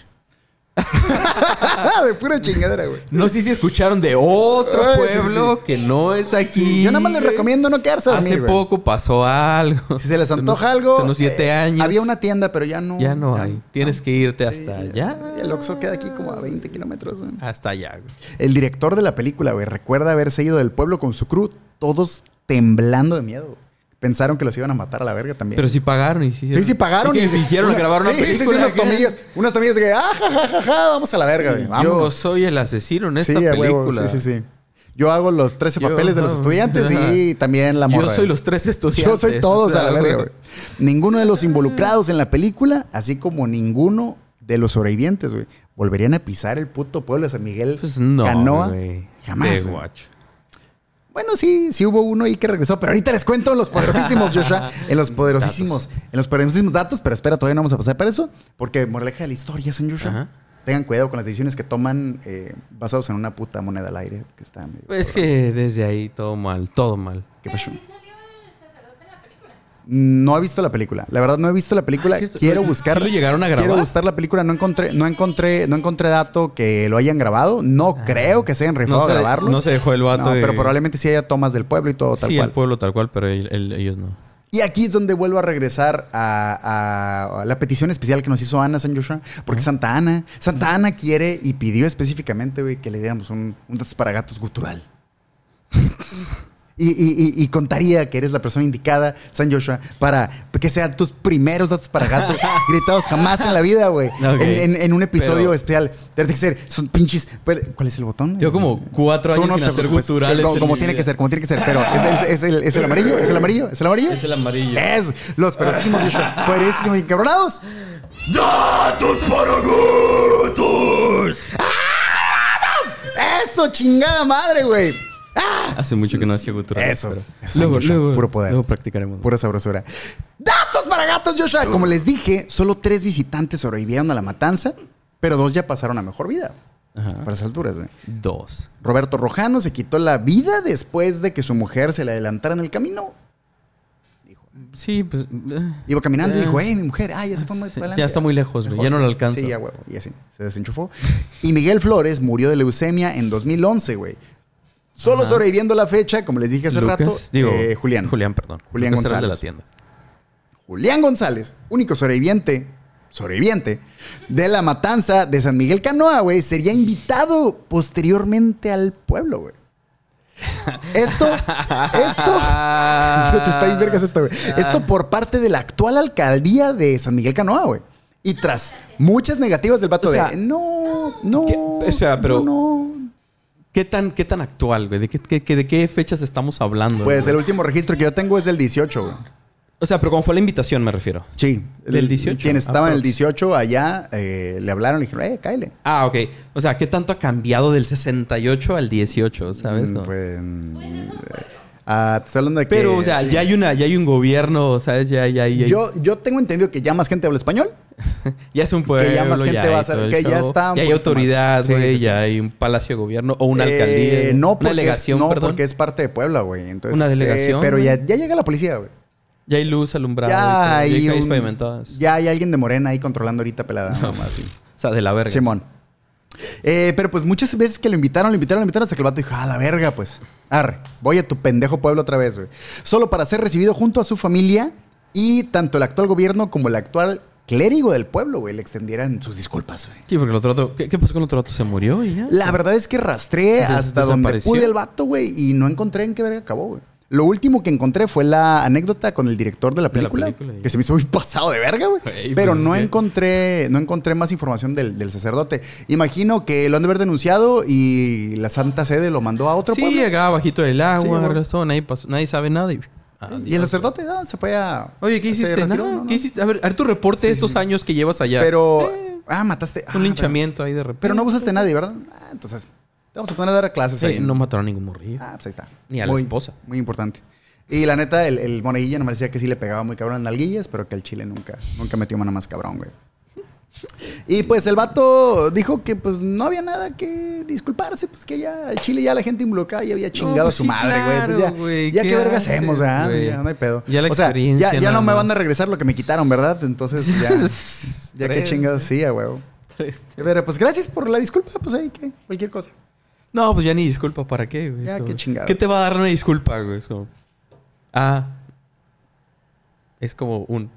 C: de pura chingadera, güey.
F: No sé si escucharon de otro
C: Ay, sí,
F: pueblo que no es aquí.
C: Yo nada más les recomiendo no quedarse a dormir,
F: Hace
C: güey.
F: poco pasó algo.
C: Si se les antoja
F: Hace unos-
C: algo.
F: Hace unos siete
C: eh,
F: años.
C: Había una tienda, pero ya no.
F: Ya no hay. Tienes que irte
C: Sí,
F: hasta allá.
C: El Oxxo queda aquí como a 20 kilómetros, güey.
F: Hasta allá, güey.
C: El director de la película, güey, recuerda haberse ido del pueblo con su crew, todos temblando de miedo. Pensaron que los iban a matar a la verga también.
F: Pero si pagaron y sí.
C: sí, sí, pagaron.
F: y. fingieron
C: una-
F: grabar una
C: sí,
F: película.
C: Sí, sí, unas
F: acá.
C: tomillas. Unas tomillas de que, ah, ja, ja, ja, ja, vamos a la verga, güey.
F: Yo
C: Vámonos.
F: soy el asesino en esta
C: a huevo,
F: película.
C: Sí, sí, sí. Yo hago los 13
F: Yo,
C: papeles de los
F: no.
C: estudiantes y también la morra.
F: Yo soy los tres estudiantes.
C: Yo soy todos
F: o sea,
C: a la verga, güey. Ninguno de los involucrados en la película, así como ninguno de los sobrevivientes, güey, volverían a pisar el puto pueblo de San Miguel
G: Pues no.
C: Canoa.
G: güey.
C: Jamás,
G: De
C: güey.
G: guacho.
C: Bueno, sí, sí hubo uno ahí que regresó, pero ahorita les cuento en los poderosísimos, Joshua. En los poderosísimos, en los poderosísimos datos, pero espera, todavía no vamos a pasar para eso, porque moraleja de la historia, señor Joshua.
G: Ajá.
C: Tengan cuidado con las decisiones que toman eh, basados en una puta moneda al aire que está medio pues,
G: Es
C: cabrón.
G: que desde ahí todo mal, todo mal.
C: ¿Qué
H: Pero
C: pasó?
H: sí salió el sacerdote en la película.
C: No he visto la película. La verdad no he visto la película.
G: Ah, cierto.
C: Quiero
G: ¿Sí
C: buscar.
G: lo llegaron a grabar?
C: Quiero buscar la película. No encontré, no encontré, no encontré dato que lo hayan grabado. No creo que se hayan rifado
G: Ah. No
C: a
G: se,
C: grabarlo.
G: no se dejó el vato.
C: No, pero
G: y-
C: probablemente sí haya tomas del pueblo y todo tal
G: sí,
C: cual.
G: el pueblo tal cual, pero el- el- ellos no.
C: Y aquí es donde vuelvo a regresar a, a- a la petición especial que nos hizo Ana San Joshua, porque Santa Ana, Santa Ana quiere y pidió específicamente, güey, que le diéramos un, un gatos gutural. Y, y- y- y contaría que eres la persona indicada, San Joshua, para que sean tus primeros datos para gatos gritados jamás en la vida, güey.
G: Ok.
C: En, en- en un episodio
G: Pero-
C: especial. Tiene que ser, son pinches. pero, ¿Cuál es el botón?
F: Yo como cuatro
C: Tú
F: años
C: no
F: sin
C: te
F: hacer
C: preocupes.
F: guturales.
C: Como,
F: en
C: como
F: mi
C: tiene
F: vida.
C: que ser, como tiene que ser. Pero es, es- es el, es el amarillo, es el amarillo, es el amarillo.
F: Es el amarillo.
C: Es los perosísimos Joshua. Perosísimos y quebronados.
I: ¡Datos para gatos!
C: Eso, chingada madre, güey. ¡Ah!
G: Hace mucho que no hacía guturales.
C: Eso.
G: pero-
C: Eso,
G: luego,
C: Joshua,
G: luego,
C: puro poder.
G: Luego practicaremos.
C: Pura sabrosura. ¡Datos para gatos, Joshua! Como les dije, solo tres visitantes sobrevivieron a la matanza, pero dos ya pasaron a mejor vida. Para esas alturas, güey.
G: Dos.
C: Roberto Rojano se quitó la vida después de que su mujer se le adelantara en el camino.
G: Sí, pues. eh.
C: Iba caminando y
G: Eh.
C: dijo, ¡eh, mi mujer! ¡Ah, ya se fue muy para adelante".
G: Ya está muy lejos, güey. Ya no lo alcanza.
C: Sí, ya, huevo. Y así, se desenchufó. Y Miguel Flores murió de leucemia en 2011, güey. Solo sobreviviendo la fecha, como les dije hace
G: Lucas,
C: rato,
G: digo,
C: eh, Julián.
G: Julián, perdón.
C: Julián
G: Lucas era el
C: González.
G: de la tienda.
C: Julián González, único sobreviviente, sobreviviente, de la matanza de San Miguel Canoa, güey, sería invitado posteriormente al pueblo, güey. Esto, esto, Yo te está bien vergas esto, güey. Esto por parte de la actual alcaldía de San Miguel Canoa, güey. Y tras muchas negativas del vato
F: O sea,
C: de no, no.
F: ¿qué? Espera, pero-
C: yo no".
G: ¿Qué tan, qué tan actual, güey? ¿De qué, qué- qué- de qué fechas estamos hablando?
C: Pues
G: güey?
C: el último registro que yo tengo es del 18, güey.
G: O sea, pero como fue la invitación, me refiero.
C: Sí.
G: Del
C: El-
G: 18,
C: Quien estaba
F: Ah,
C: en el
G: aprox.
C: 18 allá, eh, le hablaron y dijeron, eh, cáele.
G: Ah, ok. O sea, ¿qué tanto ha cambiado del 68 al 18? ¿Sabes?
C: Mm,
G: no?
C: Pues. mm,
H: Pues es un pueblo.
C: ah, te estoy hablando de que.
G: Pero, o sea,
C: sí.
G: ya hay una, ya hay un gobierno, ¿sabes? Ya, ya, ya,
C: Yo, yo tengo entendido que ya más gente habla español.
G: ya es un pueblo.
C: que ya más gente
G: hay
C: va a ser-
G: todo el
C: que ya
G: show,
C: está un
G: Ya hay
C: poquito
G: autoridad,
C: más. Sí,
G: güey.
C: sí, sí.
G: Ya hay un palacio de gobierno o una
C: Eh,
G: alcaldía.
C: no
G: una
C: porque
G: delegación,
C: es, no,
G: perdón.
C: porque es parte de Puebla, güey. Entonces,
G: Una
C: eh,
G: delegación,
C: pero ya,
G: güey.
C: ya llega la policía, güey.
G: Ya hay luz alumbrada.
C: Ya
G: y todo,
C: hay,
G: ya calles
C: un-
G: pavimentadas.
C: ya hay alguien de Morena ahí controlando ahorita pelada. nada más, sí.
G: O sea, de la verga.
C: Simón. Eh, pero pues muchas veces que lo invitaron, lo invitaron, lo invitaron hasta que el vato dijo, a la verga, pues. Arre, voy a tu pendejo pueblo otra vez, güey. Solo para ser recibido junto a su familia y tanto el actual gobierno como el actual clérigo del pueblo, güey, le extendieran sus disculpas, güey.
G: Sí, porque el otro vato- ¿Qué, qué pasó con el otro vato? ¿Se murió y ya?
C: La verdad es que rastré
G: Des-
C: hasta donde
G: desapareció.
C: pude el vato, güey, y no encontré en qué verga acabó, güey. Lo último que encontré fue la anécdota con el director de la
G: De la
C: película,
G: película, y-
C: que se me hizo muy pasado de verga, güey.
G: Güey,
C: Pero
G: pues,
C: no
G: es que-
C: encontré, no encontré más información del, del sacerdote. Imagino que lo han de haber denunciado y la Santa Sede lo mandó a otro
G: sí,
C: pueblo.
G: llegaba bajito del
C: Sí,
G: agua,
C: bueno.
G: arregló todo, nadie, pasó- nadie sabe nada. Y, Adiós.
C: Y el sacerdote ah, se fue a.
G: Oye, ¿qué
C: se
G: hiciste?
C: retiró,
G: Nada,
C: no, no.
G: ¿Qué hiciste? A ver, a ver tu reporte de estos años que llevas allá.
C: Pero.
G: Eh,
C: Ah, mataste. Ah,
G: un
C: pero-
G: linchamiento ahí de repente.
C: Pero no abusaste a nadie, ¿verdad? Ah, entonces. Te vamos a poner a dar clases
G: Sí,
C: ahí.
G: no mataron a ningún morrillo.
C: Ah, pues ahí está.
G: Ni a la esposa.
C: Muy importante. Y la neta, el, el moneguillo nomás decía que sí le pegaba muy cabrón en nalguillas, pero que el chile nunca, nunca metió mano más cabrón, güey. Y pues el vato dijo que pues no había nada que disculparse, pues que ya el chile ya la gente involucrada ya había chingado a
G: pues
C: su
G: sí,
C: madre, güey.
G: claro,
C: Entonces ya,
G: güey,
C: ya
G: ¿qué
C: qué verga
G: haces,
C: hacemos, ¿verdad?
G: güey?
C: Ya no hay pedo.
G: Ya la
C: o sea, ya,
G: experiencia
C: ya no
G: nada
C: me
G: más.
C: van a regresar lo que me quitaron, ¿verdad? Entonces ya, ya qué
G: Tres.
C: chingados, sí, a huevo. Pero pues gracias por la disculpa, pues ahí que cualquier cosa.
G: No, pues ya ni disculpa, ¿para qué? güey?
C: Ya,
G: Eso-
C: qué chingados.
G: ¿Qué te va a dar una disculpa, güey? Es como- Ah. Es como un.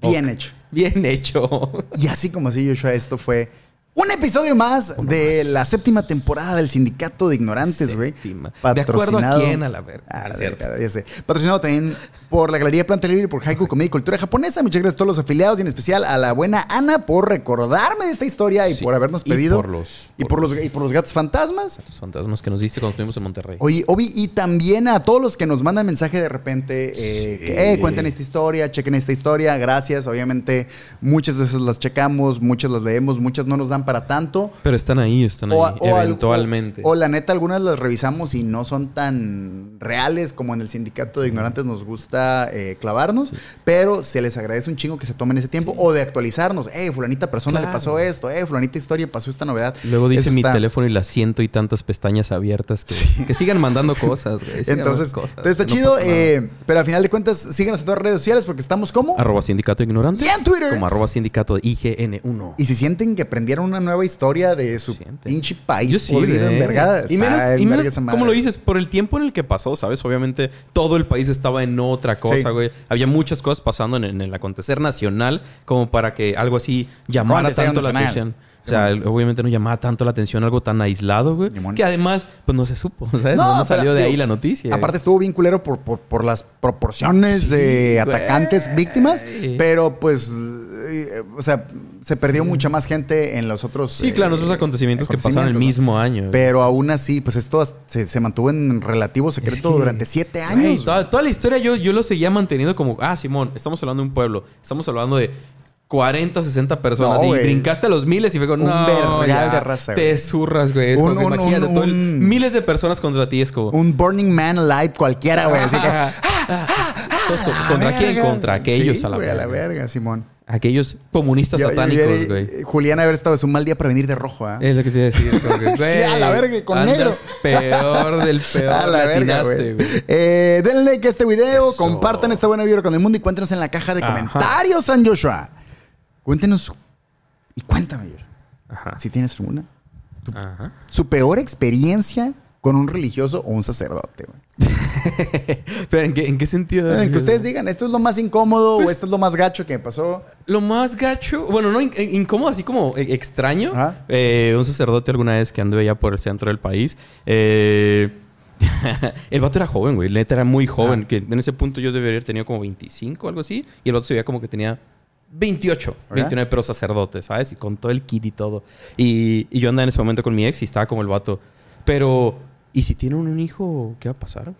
C: Bien hecho.
G: Bien hecho.
C: Y así como así, Joshua, esto fue Un episodio más
F: Uno
C: de
F: más.
C: la séptima temporada del Sindicato de Ignorantes, güey.
F: Séptima. ¿De acuerdo a quién, a la verga?
C: Ah,
F: Es
C: la
F: cierto.
C: verga, ya sé. Patrocinado también por la Galería Planta Libre y por Haiku Comedia y Cultura Japonesa. Muchas gracias a todos los afiliados y en especial a la buena Ana por recordarme de esta historia y
G: Sí.
C: por habernos
G: Y
C: pedido.
G: por los-
C: y por los, y por los gatos fantasmas.
G: Los fantasmas que nos diste cuando estuvimos en Monterrey.
C: Oye, Obi, y también a todos los que nos mandan mensaje de repente, eh,
G: Sí.
C: que, eh, cuenten esta historia, chequen esta historia, gracias. Obviamente, muchas veces las checamos, muchas las leemos, muchas no nos dan para tanto.
G: Pero están ahí, están ahí.
C: a- al-
G: eventualmente.
C: o la neta, algunas las revisamos y no son tan reales como en el sindicato de ignorantes nos gusta eh, clavarnos, pero se les agradece un chingo que se tomen ese tiempo o de actualizarnos. Eh, fulanita persona le
G: Claro.
C: pasó esto, eh, fulanita historia pasó esta novedad.
G: Luego dice
C: Eso
G: mi
C: está-
G: teléfono y las ciento y tantas pestañas abiertas que, que sigan mandando cosas, güey. sigan
C: Entonces,
G: mandando cosas.
C: entonces está
G: No
C: chido,
G: pasa nada.
C: eh, pero al final de cuentas, síguenos en todas las redes sociales porque estamos como.
G: Arroba sindicato ignorante.
C: Y en Twitter.
G: Como arroba sindicato IGN1.
C: Y si sienten que aprendieron una nueva historia de su
G: Sienten.
C: pinche país
G: Yo sí,
C: podrido,
G: güey.
C: envergada, está
G: Y menos, y
C: enverga
G: menos,
C: esa madre.
G: como lo dices, por el tiempo en el que pasó, ¿sabes? Obviamente todo el país estaba en otra cosa,
C: Sí.
G: güey. Había muchas cosas pasando en, en el acontecer nacional como para que algo así llamara
C: Acontecer
G: tanto la
C: nacional.
G: atención. O sea, el- obviamente no llamaba tanto la atención algo tan aislado, güey.
C: Limón.
G: Que además, pues no se supo, ¿sabes?
C: No,
G: No,
C: pero,
G: no salió de ahí
C: digo,
G: la noticia.
C: Aparte estuvo bien culero por, por, por las proporciones de
G: güey.
C: atacantes, víctimas,
G: Sí.
C: pero pues, eh, o sea, se perdió mucha más gente en los otros. eh,
G: Sí, claro, esos acontecimientos que pasaron el
C: acontecimientos, ¿no?
G: mismo año. güey.
C: Pero aún así, pues esto se, se mantuvo en relativo secreto
G: Sí.
C: durante siete
G: Güey,
C: años. güey.
G: toda, toda la historia yo, yo lo seguía manteniendo como, ah, Simón, estamos hablando de un pueblo, estamos hablando de 40, 60 personas
C: No,
G: y
C: güey.
G: brincaste a los miles y fue como,
C: Un
G: no,
C: vergal
G: ya,
C: de raza,
G: te
C: güey.
G: zurras, güey. Es
C: Un-
G: como que
C: un-
G: imagínate,
C: un-
G: todo el-
C: un-
G: miles de personas contra ti es como,
C: Un Burning Man Live cualquiera, güey. Así que.
G: Ah, ah, todos con- ¿Contra
C: ¡Ah,
G: quién?
C: verga!
G: Contra aquellos
C: Sí,
G: a la
C: güey,
G: verga.
C: verga, Simón.
G: Aquellos comunistas
C: Yo- yo- yo-
G: satánicos, güey. Eh,
C: Julián haber estado es un mal día para venir de rojo, ¿ah?
G: Es lo que te iba a decir. es como que,
C: Sí, a la
G: güey,
C: verga, con
G: andas
C: negro.
G: Peor del peor.
C: A la
G: le
C: verga,
G: atinaste,
C: güey. Eh, denle like a este video,
G: Eso.
C: compartan esta buena vibra con el mundo y cuéntenos en la caja de
G: Ajá.
C: comentarios, San Joshua. Cuéntenos su- y cuéntame, Joshua,
G: Ajá.
C: si tienes alguna.
G: Ajá.
C: Su peor experiencia con un religioso o un sacerdote, güey.
G: Pero ¿en qué, en qué sentido?
C: En que ustedes digan, esto es lo más incómodo o
G: Pues-
C: esto es lo más gacho que me pasó.
G: Lo más gacho, bueno, no in- incómodo, así como eh, extraño.
C: Ajá.
G: Eh, un sacerdote alguna vez que anduve allá por el centro del país. eh, el vato era joven, güey. Neta era muy joven. Que en ese punto yo debería haber tenido como 25, algo así. Y el vato se veía como que tenía 28,
C: Ajá.
G: 29, pero sacerdote, ¿sabes? Y con todo el kit y todo. Y, y yo andaba en ese momento con mi ex y estaba como el vato. Pero, ¿y si tienen un hijo, qué va a pasar?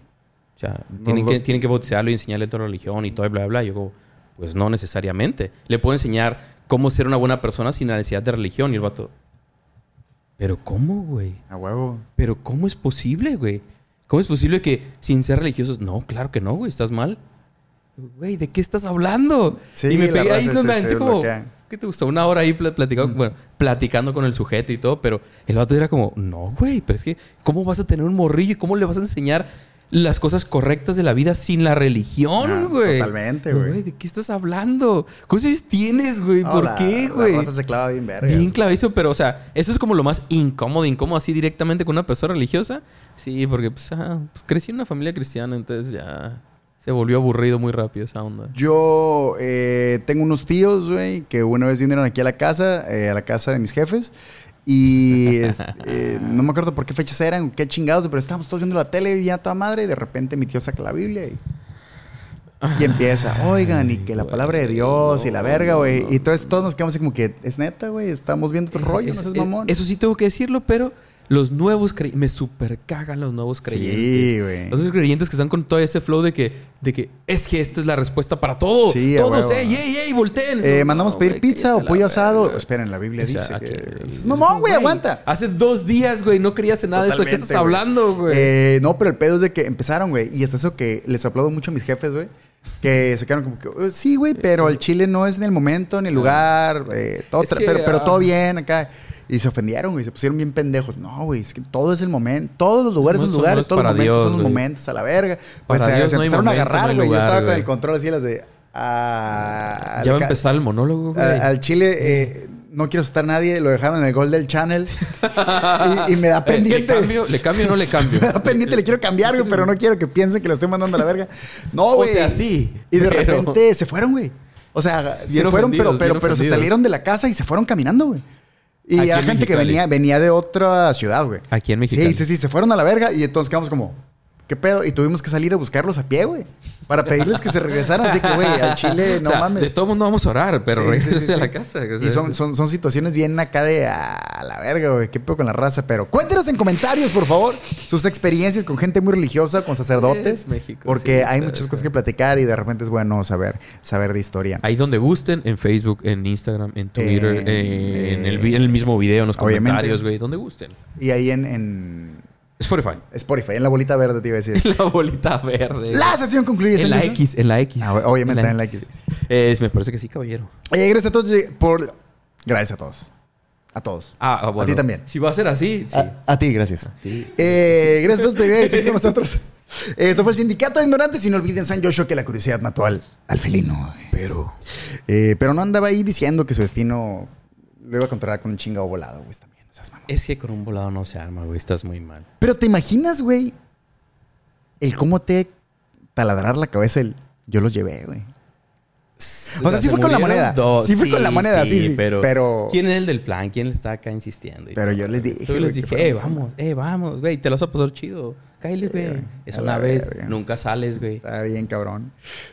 G: O sea, tienen,
C: lo-
G: que, tienen que bautizarlo y enseñarle toda la religión y todo, y bla, bla, bla. Y yo, como, pues no necesariamente. Le puedo enseñar cómo ser una buena persona sin la necesidad de religión. Y el vato, ¿pero cómo, güey?
C: A huevo.
G: ¿Pero cómo es posible, güey? ¿Cómo es posible que sin ser religiosos? No, claro que no, güey, estás mal. Güey, ¿de qué estás hablando?
C: Sí,
G: y me
C: la
G: pegué ahí,
C: raza
G: no,
C: se-
G: me
C: se
G: aventé como,
C: bloquea. Mm.
G: ¿qué te gustó? Una hora ahí pla- platicando, bueno, platicando con el sujeto y todo, pero el vato era como, no, güey, pero es que, ¿cómo vas a tener un morrillo? y ¿Cómo le vas a enseñar las cosas correctas de la vida sin la religión,
C: Ah,
G: güey?
C: totalmente, güey.
G: ¿De qué estás hablando? ¿Cosas tienes, güey? ¿Por
C: No, la-
G: qué, güey?
C: La raza se clava bien verga.
G: Bien clavizo, pero o sea, eso es como lo más incómodo, incómodo así directamente con una persona religiosa. Sí, porque pues, ah, pues, crecí en una familia cristiana, entonces ya se volvió aburrido muy rápido esa onda.
C: Yo eh, tengo unos tíos, güey, que una vez vinieron aquí a la casa, eh, a la casa de mis jefes. Y es- eh, no me acuerdo por qué fechas eran, qué chingados, pero estábamos todos viendo la tele y ya toda madre. Y de repente mi tío saca la Biblia y, y empieza, oigan, y que la palabra de Dios y la verga, güey. Y entonces todos nos quedamos así como que, es neta, güey, estamos viendo otro rollo, no
G: Es-
C: seas
G: es-
C: mamón.
G: Eso sí tengo que decirlo, pero los nuevos creyentes, me super cagan los nuevos creyentes.
C: Sí, güey.
G: Los nuevos creyentes que están con todo ese flow de que, de que es que esta es la respuesta para todo.
C: Sí, a
G: Todos,
C: huevo.
G: ey, ey, ey, volteen.
C: Eh,
G: No,
C: mandamos
G: no,
C: pedir
G: güey,
C: pizza o
G: cállate la
C: pollo asado.
G: verga.
C: Esperen, la Biblia
G: O sea,
C: dice
G: aquí-
C: que... Es mamón, güey, aguanta.
G: Hace dos días, güey, no querías en nada de esto. ¿Qué estás
C: Totalmente,
G: hablando, güey?
C: Eh, no, pero el pedo es de que empezaron, güey. Y es eso que les aplaudo mucho a mis jefes, güey. Que se quedaron como que, "Eh, sí, güey, pero el chile no es en el momento, ni el lugar, eh, todo
G: Ah, Es
C: tra-
G: que,
C: pero, pero
G: ah.
C: todo bien acá. Y se ofendieron, güey, se pusieron bien pendejos. No, güey, es que todo es el momento, todos los lugares
G: No
C: son
G: son
C: lugares,
G: lugares
C: todos los
G: para
C: momentos
G: Dios,
C: son los
G: güey.
C: momentos, a la verga. Pues
G: Para
C: se,
G: Dios
C: se
G: no hay
C: empezaron a
G: momento,
C: agarrar,
G: no hay
C: güey. Yo
G: lugar,
C: estaba con
G: güey.
C: el control así, las de. Ah,
G: Ya va a
C: acá-
G: empezar el monólogo, güey. Eh,
C: a- al chile, eh, no quiero asustar a nadie, lo dejaron en el gol del channel. y, y me da
G: Eh,
C: pendiente.
G: ¿Le cambio, ¿Le cambio o no le cambio?
C: Me da pendiente, le quiero cambiar, güey, pero no quiero que piensen que lo estoy mandando a la verga. No,
G: O
C: güey.
G: sea, sí,
C: Y de
G: pero-
C: repente se fueron, güey. O sea, se
G: Bien
C: fueron, pero, pero,
G: ofendidos,
C: pero
G: bien
C: se
G: ofendidos.
C: salieron de la casa y se fueron caminando, güey. Y Y
G: Aquí
C: era
G: en
C: gente que
G: Mexicali.
C: venía, venía de otra ciudad, güey.
G: Aquí en Mexicali.
C: Sí, sí, sí, se fueron a la verga y entonces quedamos como, ¿qué pedo? Y tuvimos que salir a buscarlos a pie, güey. Para pedirles que se regresaran. Así que, güey, al Chile, no
F: O sea,
C: mames.
F: De todo mundo vamos a orar, pero
C: Sí, sí,
F: regresense
C: sí, sí.
F: a la casa. o sea,
C: Y son, son, son situaciones bien acá de "Ah, a la verga, güey. Qué pedo con la raza. Pero cuéntenos en comentarios, por favor, sus experiencias con gente muy religiosa, con sacerdotes.
F: Es México,
C: porque
F: sí,
C: hay
F: está,
C: muchas
F: está.
C: cosas que platicar y de repente es bueno saber, saber de historia.
G: Ahí donde gusten, en Facebook, en Instagram, en Twitter,
C: En-
G: eh, en, el,
C: eh,
G: vi- en el mismo video, en los
C: obviamente.
G: comentarios, güey. Donde gusten.
C: Y ahí en, en
G: Spotify.
C: Spotify, en la bolita verde, te iba a decir.
F: La bolita verde.
C: la sesión concluye.
G: En la
C: señores.
G: X, en la X.
C: Ah, obviamente, en la X.
G: Eh, me parece que sí, caballero.
C: Oye, gracias a todos por... Gracias a todos. A todos.
F: Ah, ah, bueno.
C: A ti también.
F: Si va a ser así, sí.
C: A, a ti, gracias. Eh, gracias por venir a estar con nosotros. Eh, Esto fue el Sindicato de Ignorantes y no olviden, San Joshua, que la curiosidad mató al, al felino.
G: Pero.
C: Eh, pero no andaba ahí diciendo que su destino lo iba a controlar con un chingado volado, güey, también. esas mamás.
G: Es que con un volado no se arma, güey. Estás muy mal.
C: Pero te imaginas, güey, el cómo te taladrar la cabeza el yo los llevé, güey. O sea, sí fue con la
G: murieron
C: moneda.
G: dos.
C: Sí fue con la moneda, sí, sí.
G: Pero,
C: Pero-
G: ¿Quién era el del plan? ¿Quién le estaba acá insistiendo? Y
C: Pero
G: todo,
C: yo les
G: güey.
C: dije,
G: Tú
C: güey,
G: les
C: que
G: dije,
C: fueron
G: eh,
C: los
G: vamos, eh, vamos, güey. Te lo vas a pasar chido. Cállate, güey. Es
C: a
G: una
C: la
G: vez.
C: verga.
G: Nunca sales, güey.
C: Está bien, cabrón.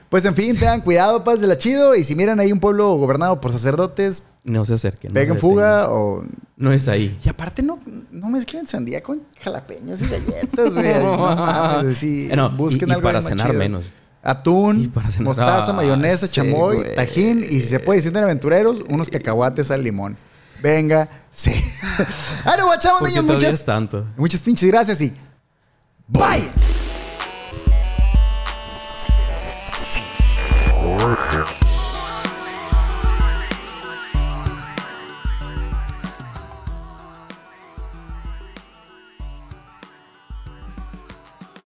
C: Pues en fin, tengan cuidado, paz de la chido. Y si miran ahí un pueblo gobernado por sacerdotes,
G: No se acerquen. no
C: peguen
G: se
C: fuga o
G: detengan. No es ahí.
C: Y aparte no, no mezclen sandía con jalapeños y galletas, güey. No mames, sí.
G: Eh, no,
C: busquen
G: y- y
C: algo
G: para
C: más
G: cenar
C: chido.
G: menos.
C: Atún,
G: Y para cenar-
C: mostaza,
G: Ah,
C: mayonesa,
G: sí,
C: chamoy,
G: güey.
C: tajín y si se puede, si sienten aventureros, unos cacahuates al limón. Venga, sí. ah, no, guachamos,
G: Porque
C: niños,
G: todavía es
C: muchas,
G: tanto.
C: muchas pinches gracias y bye.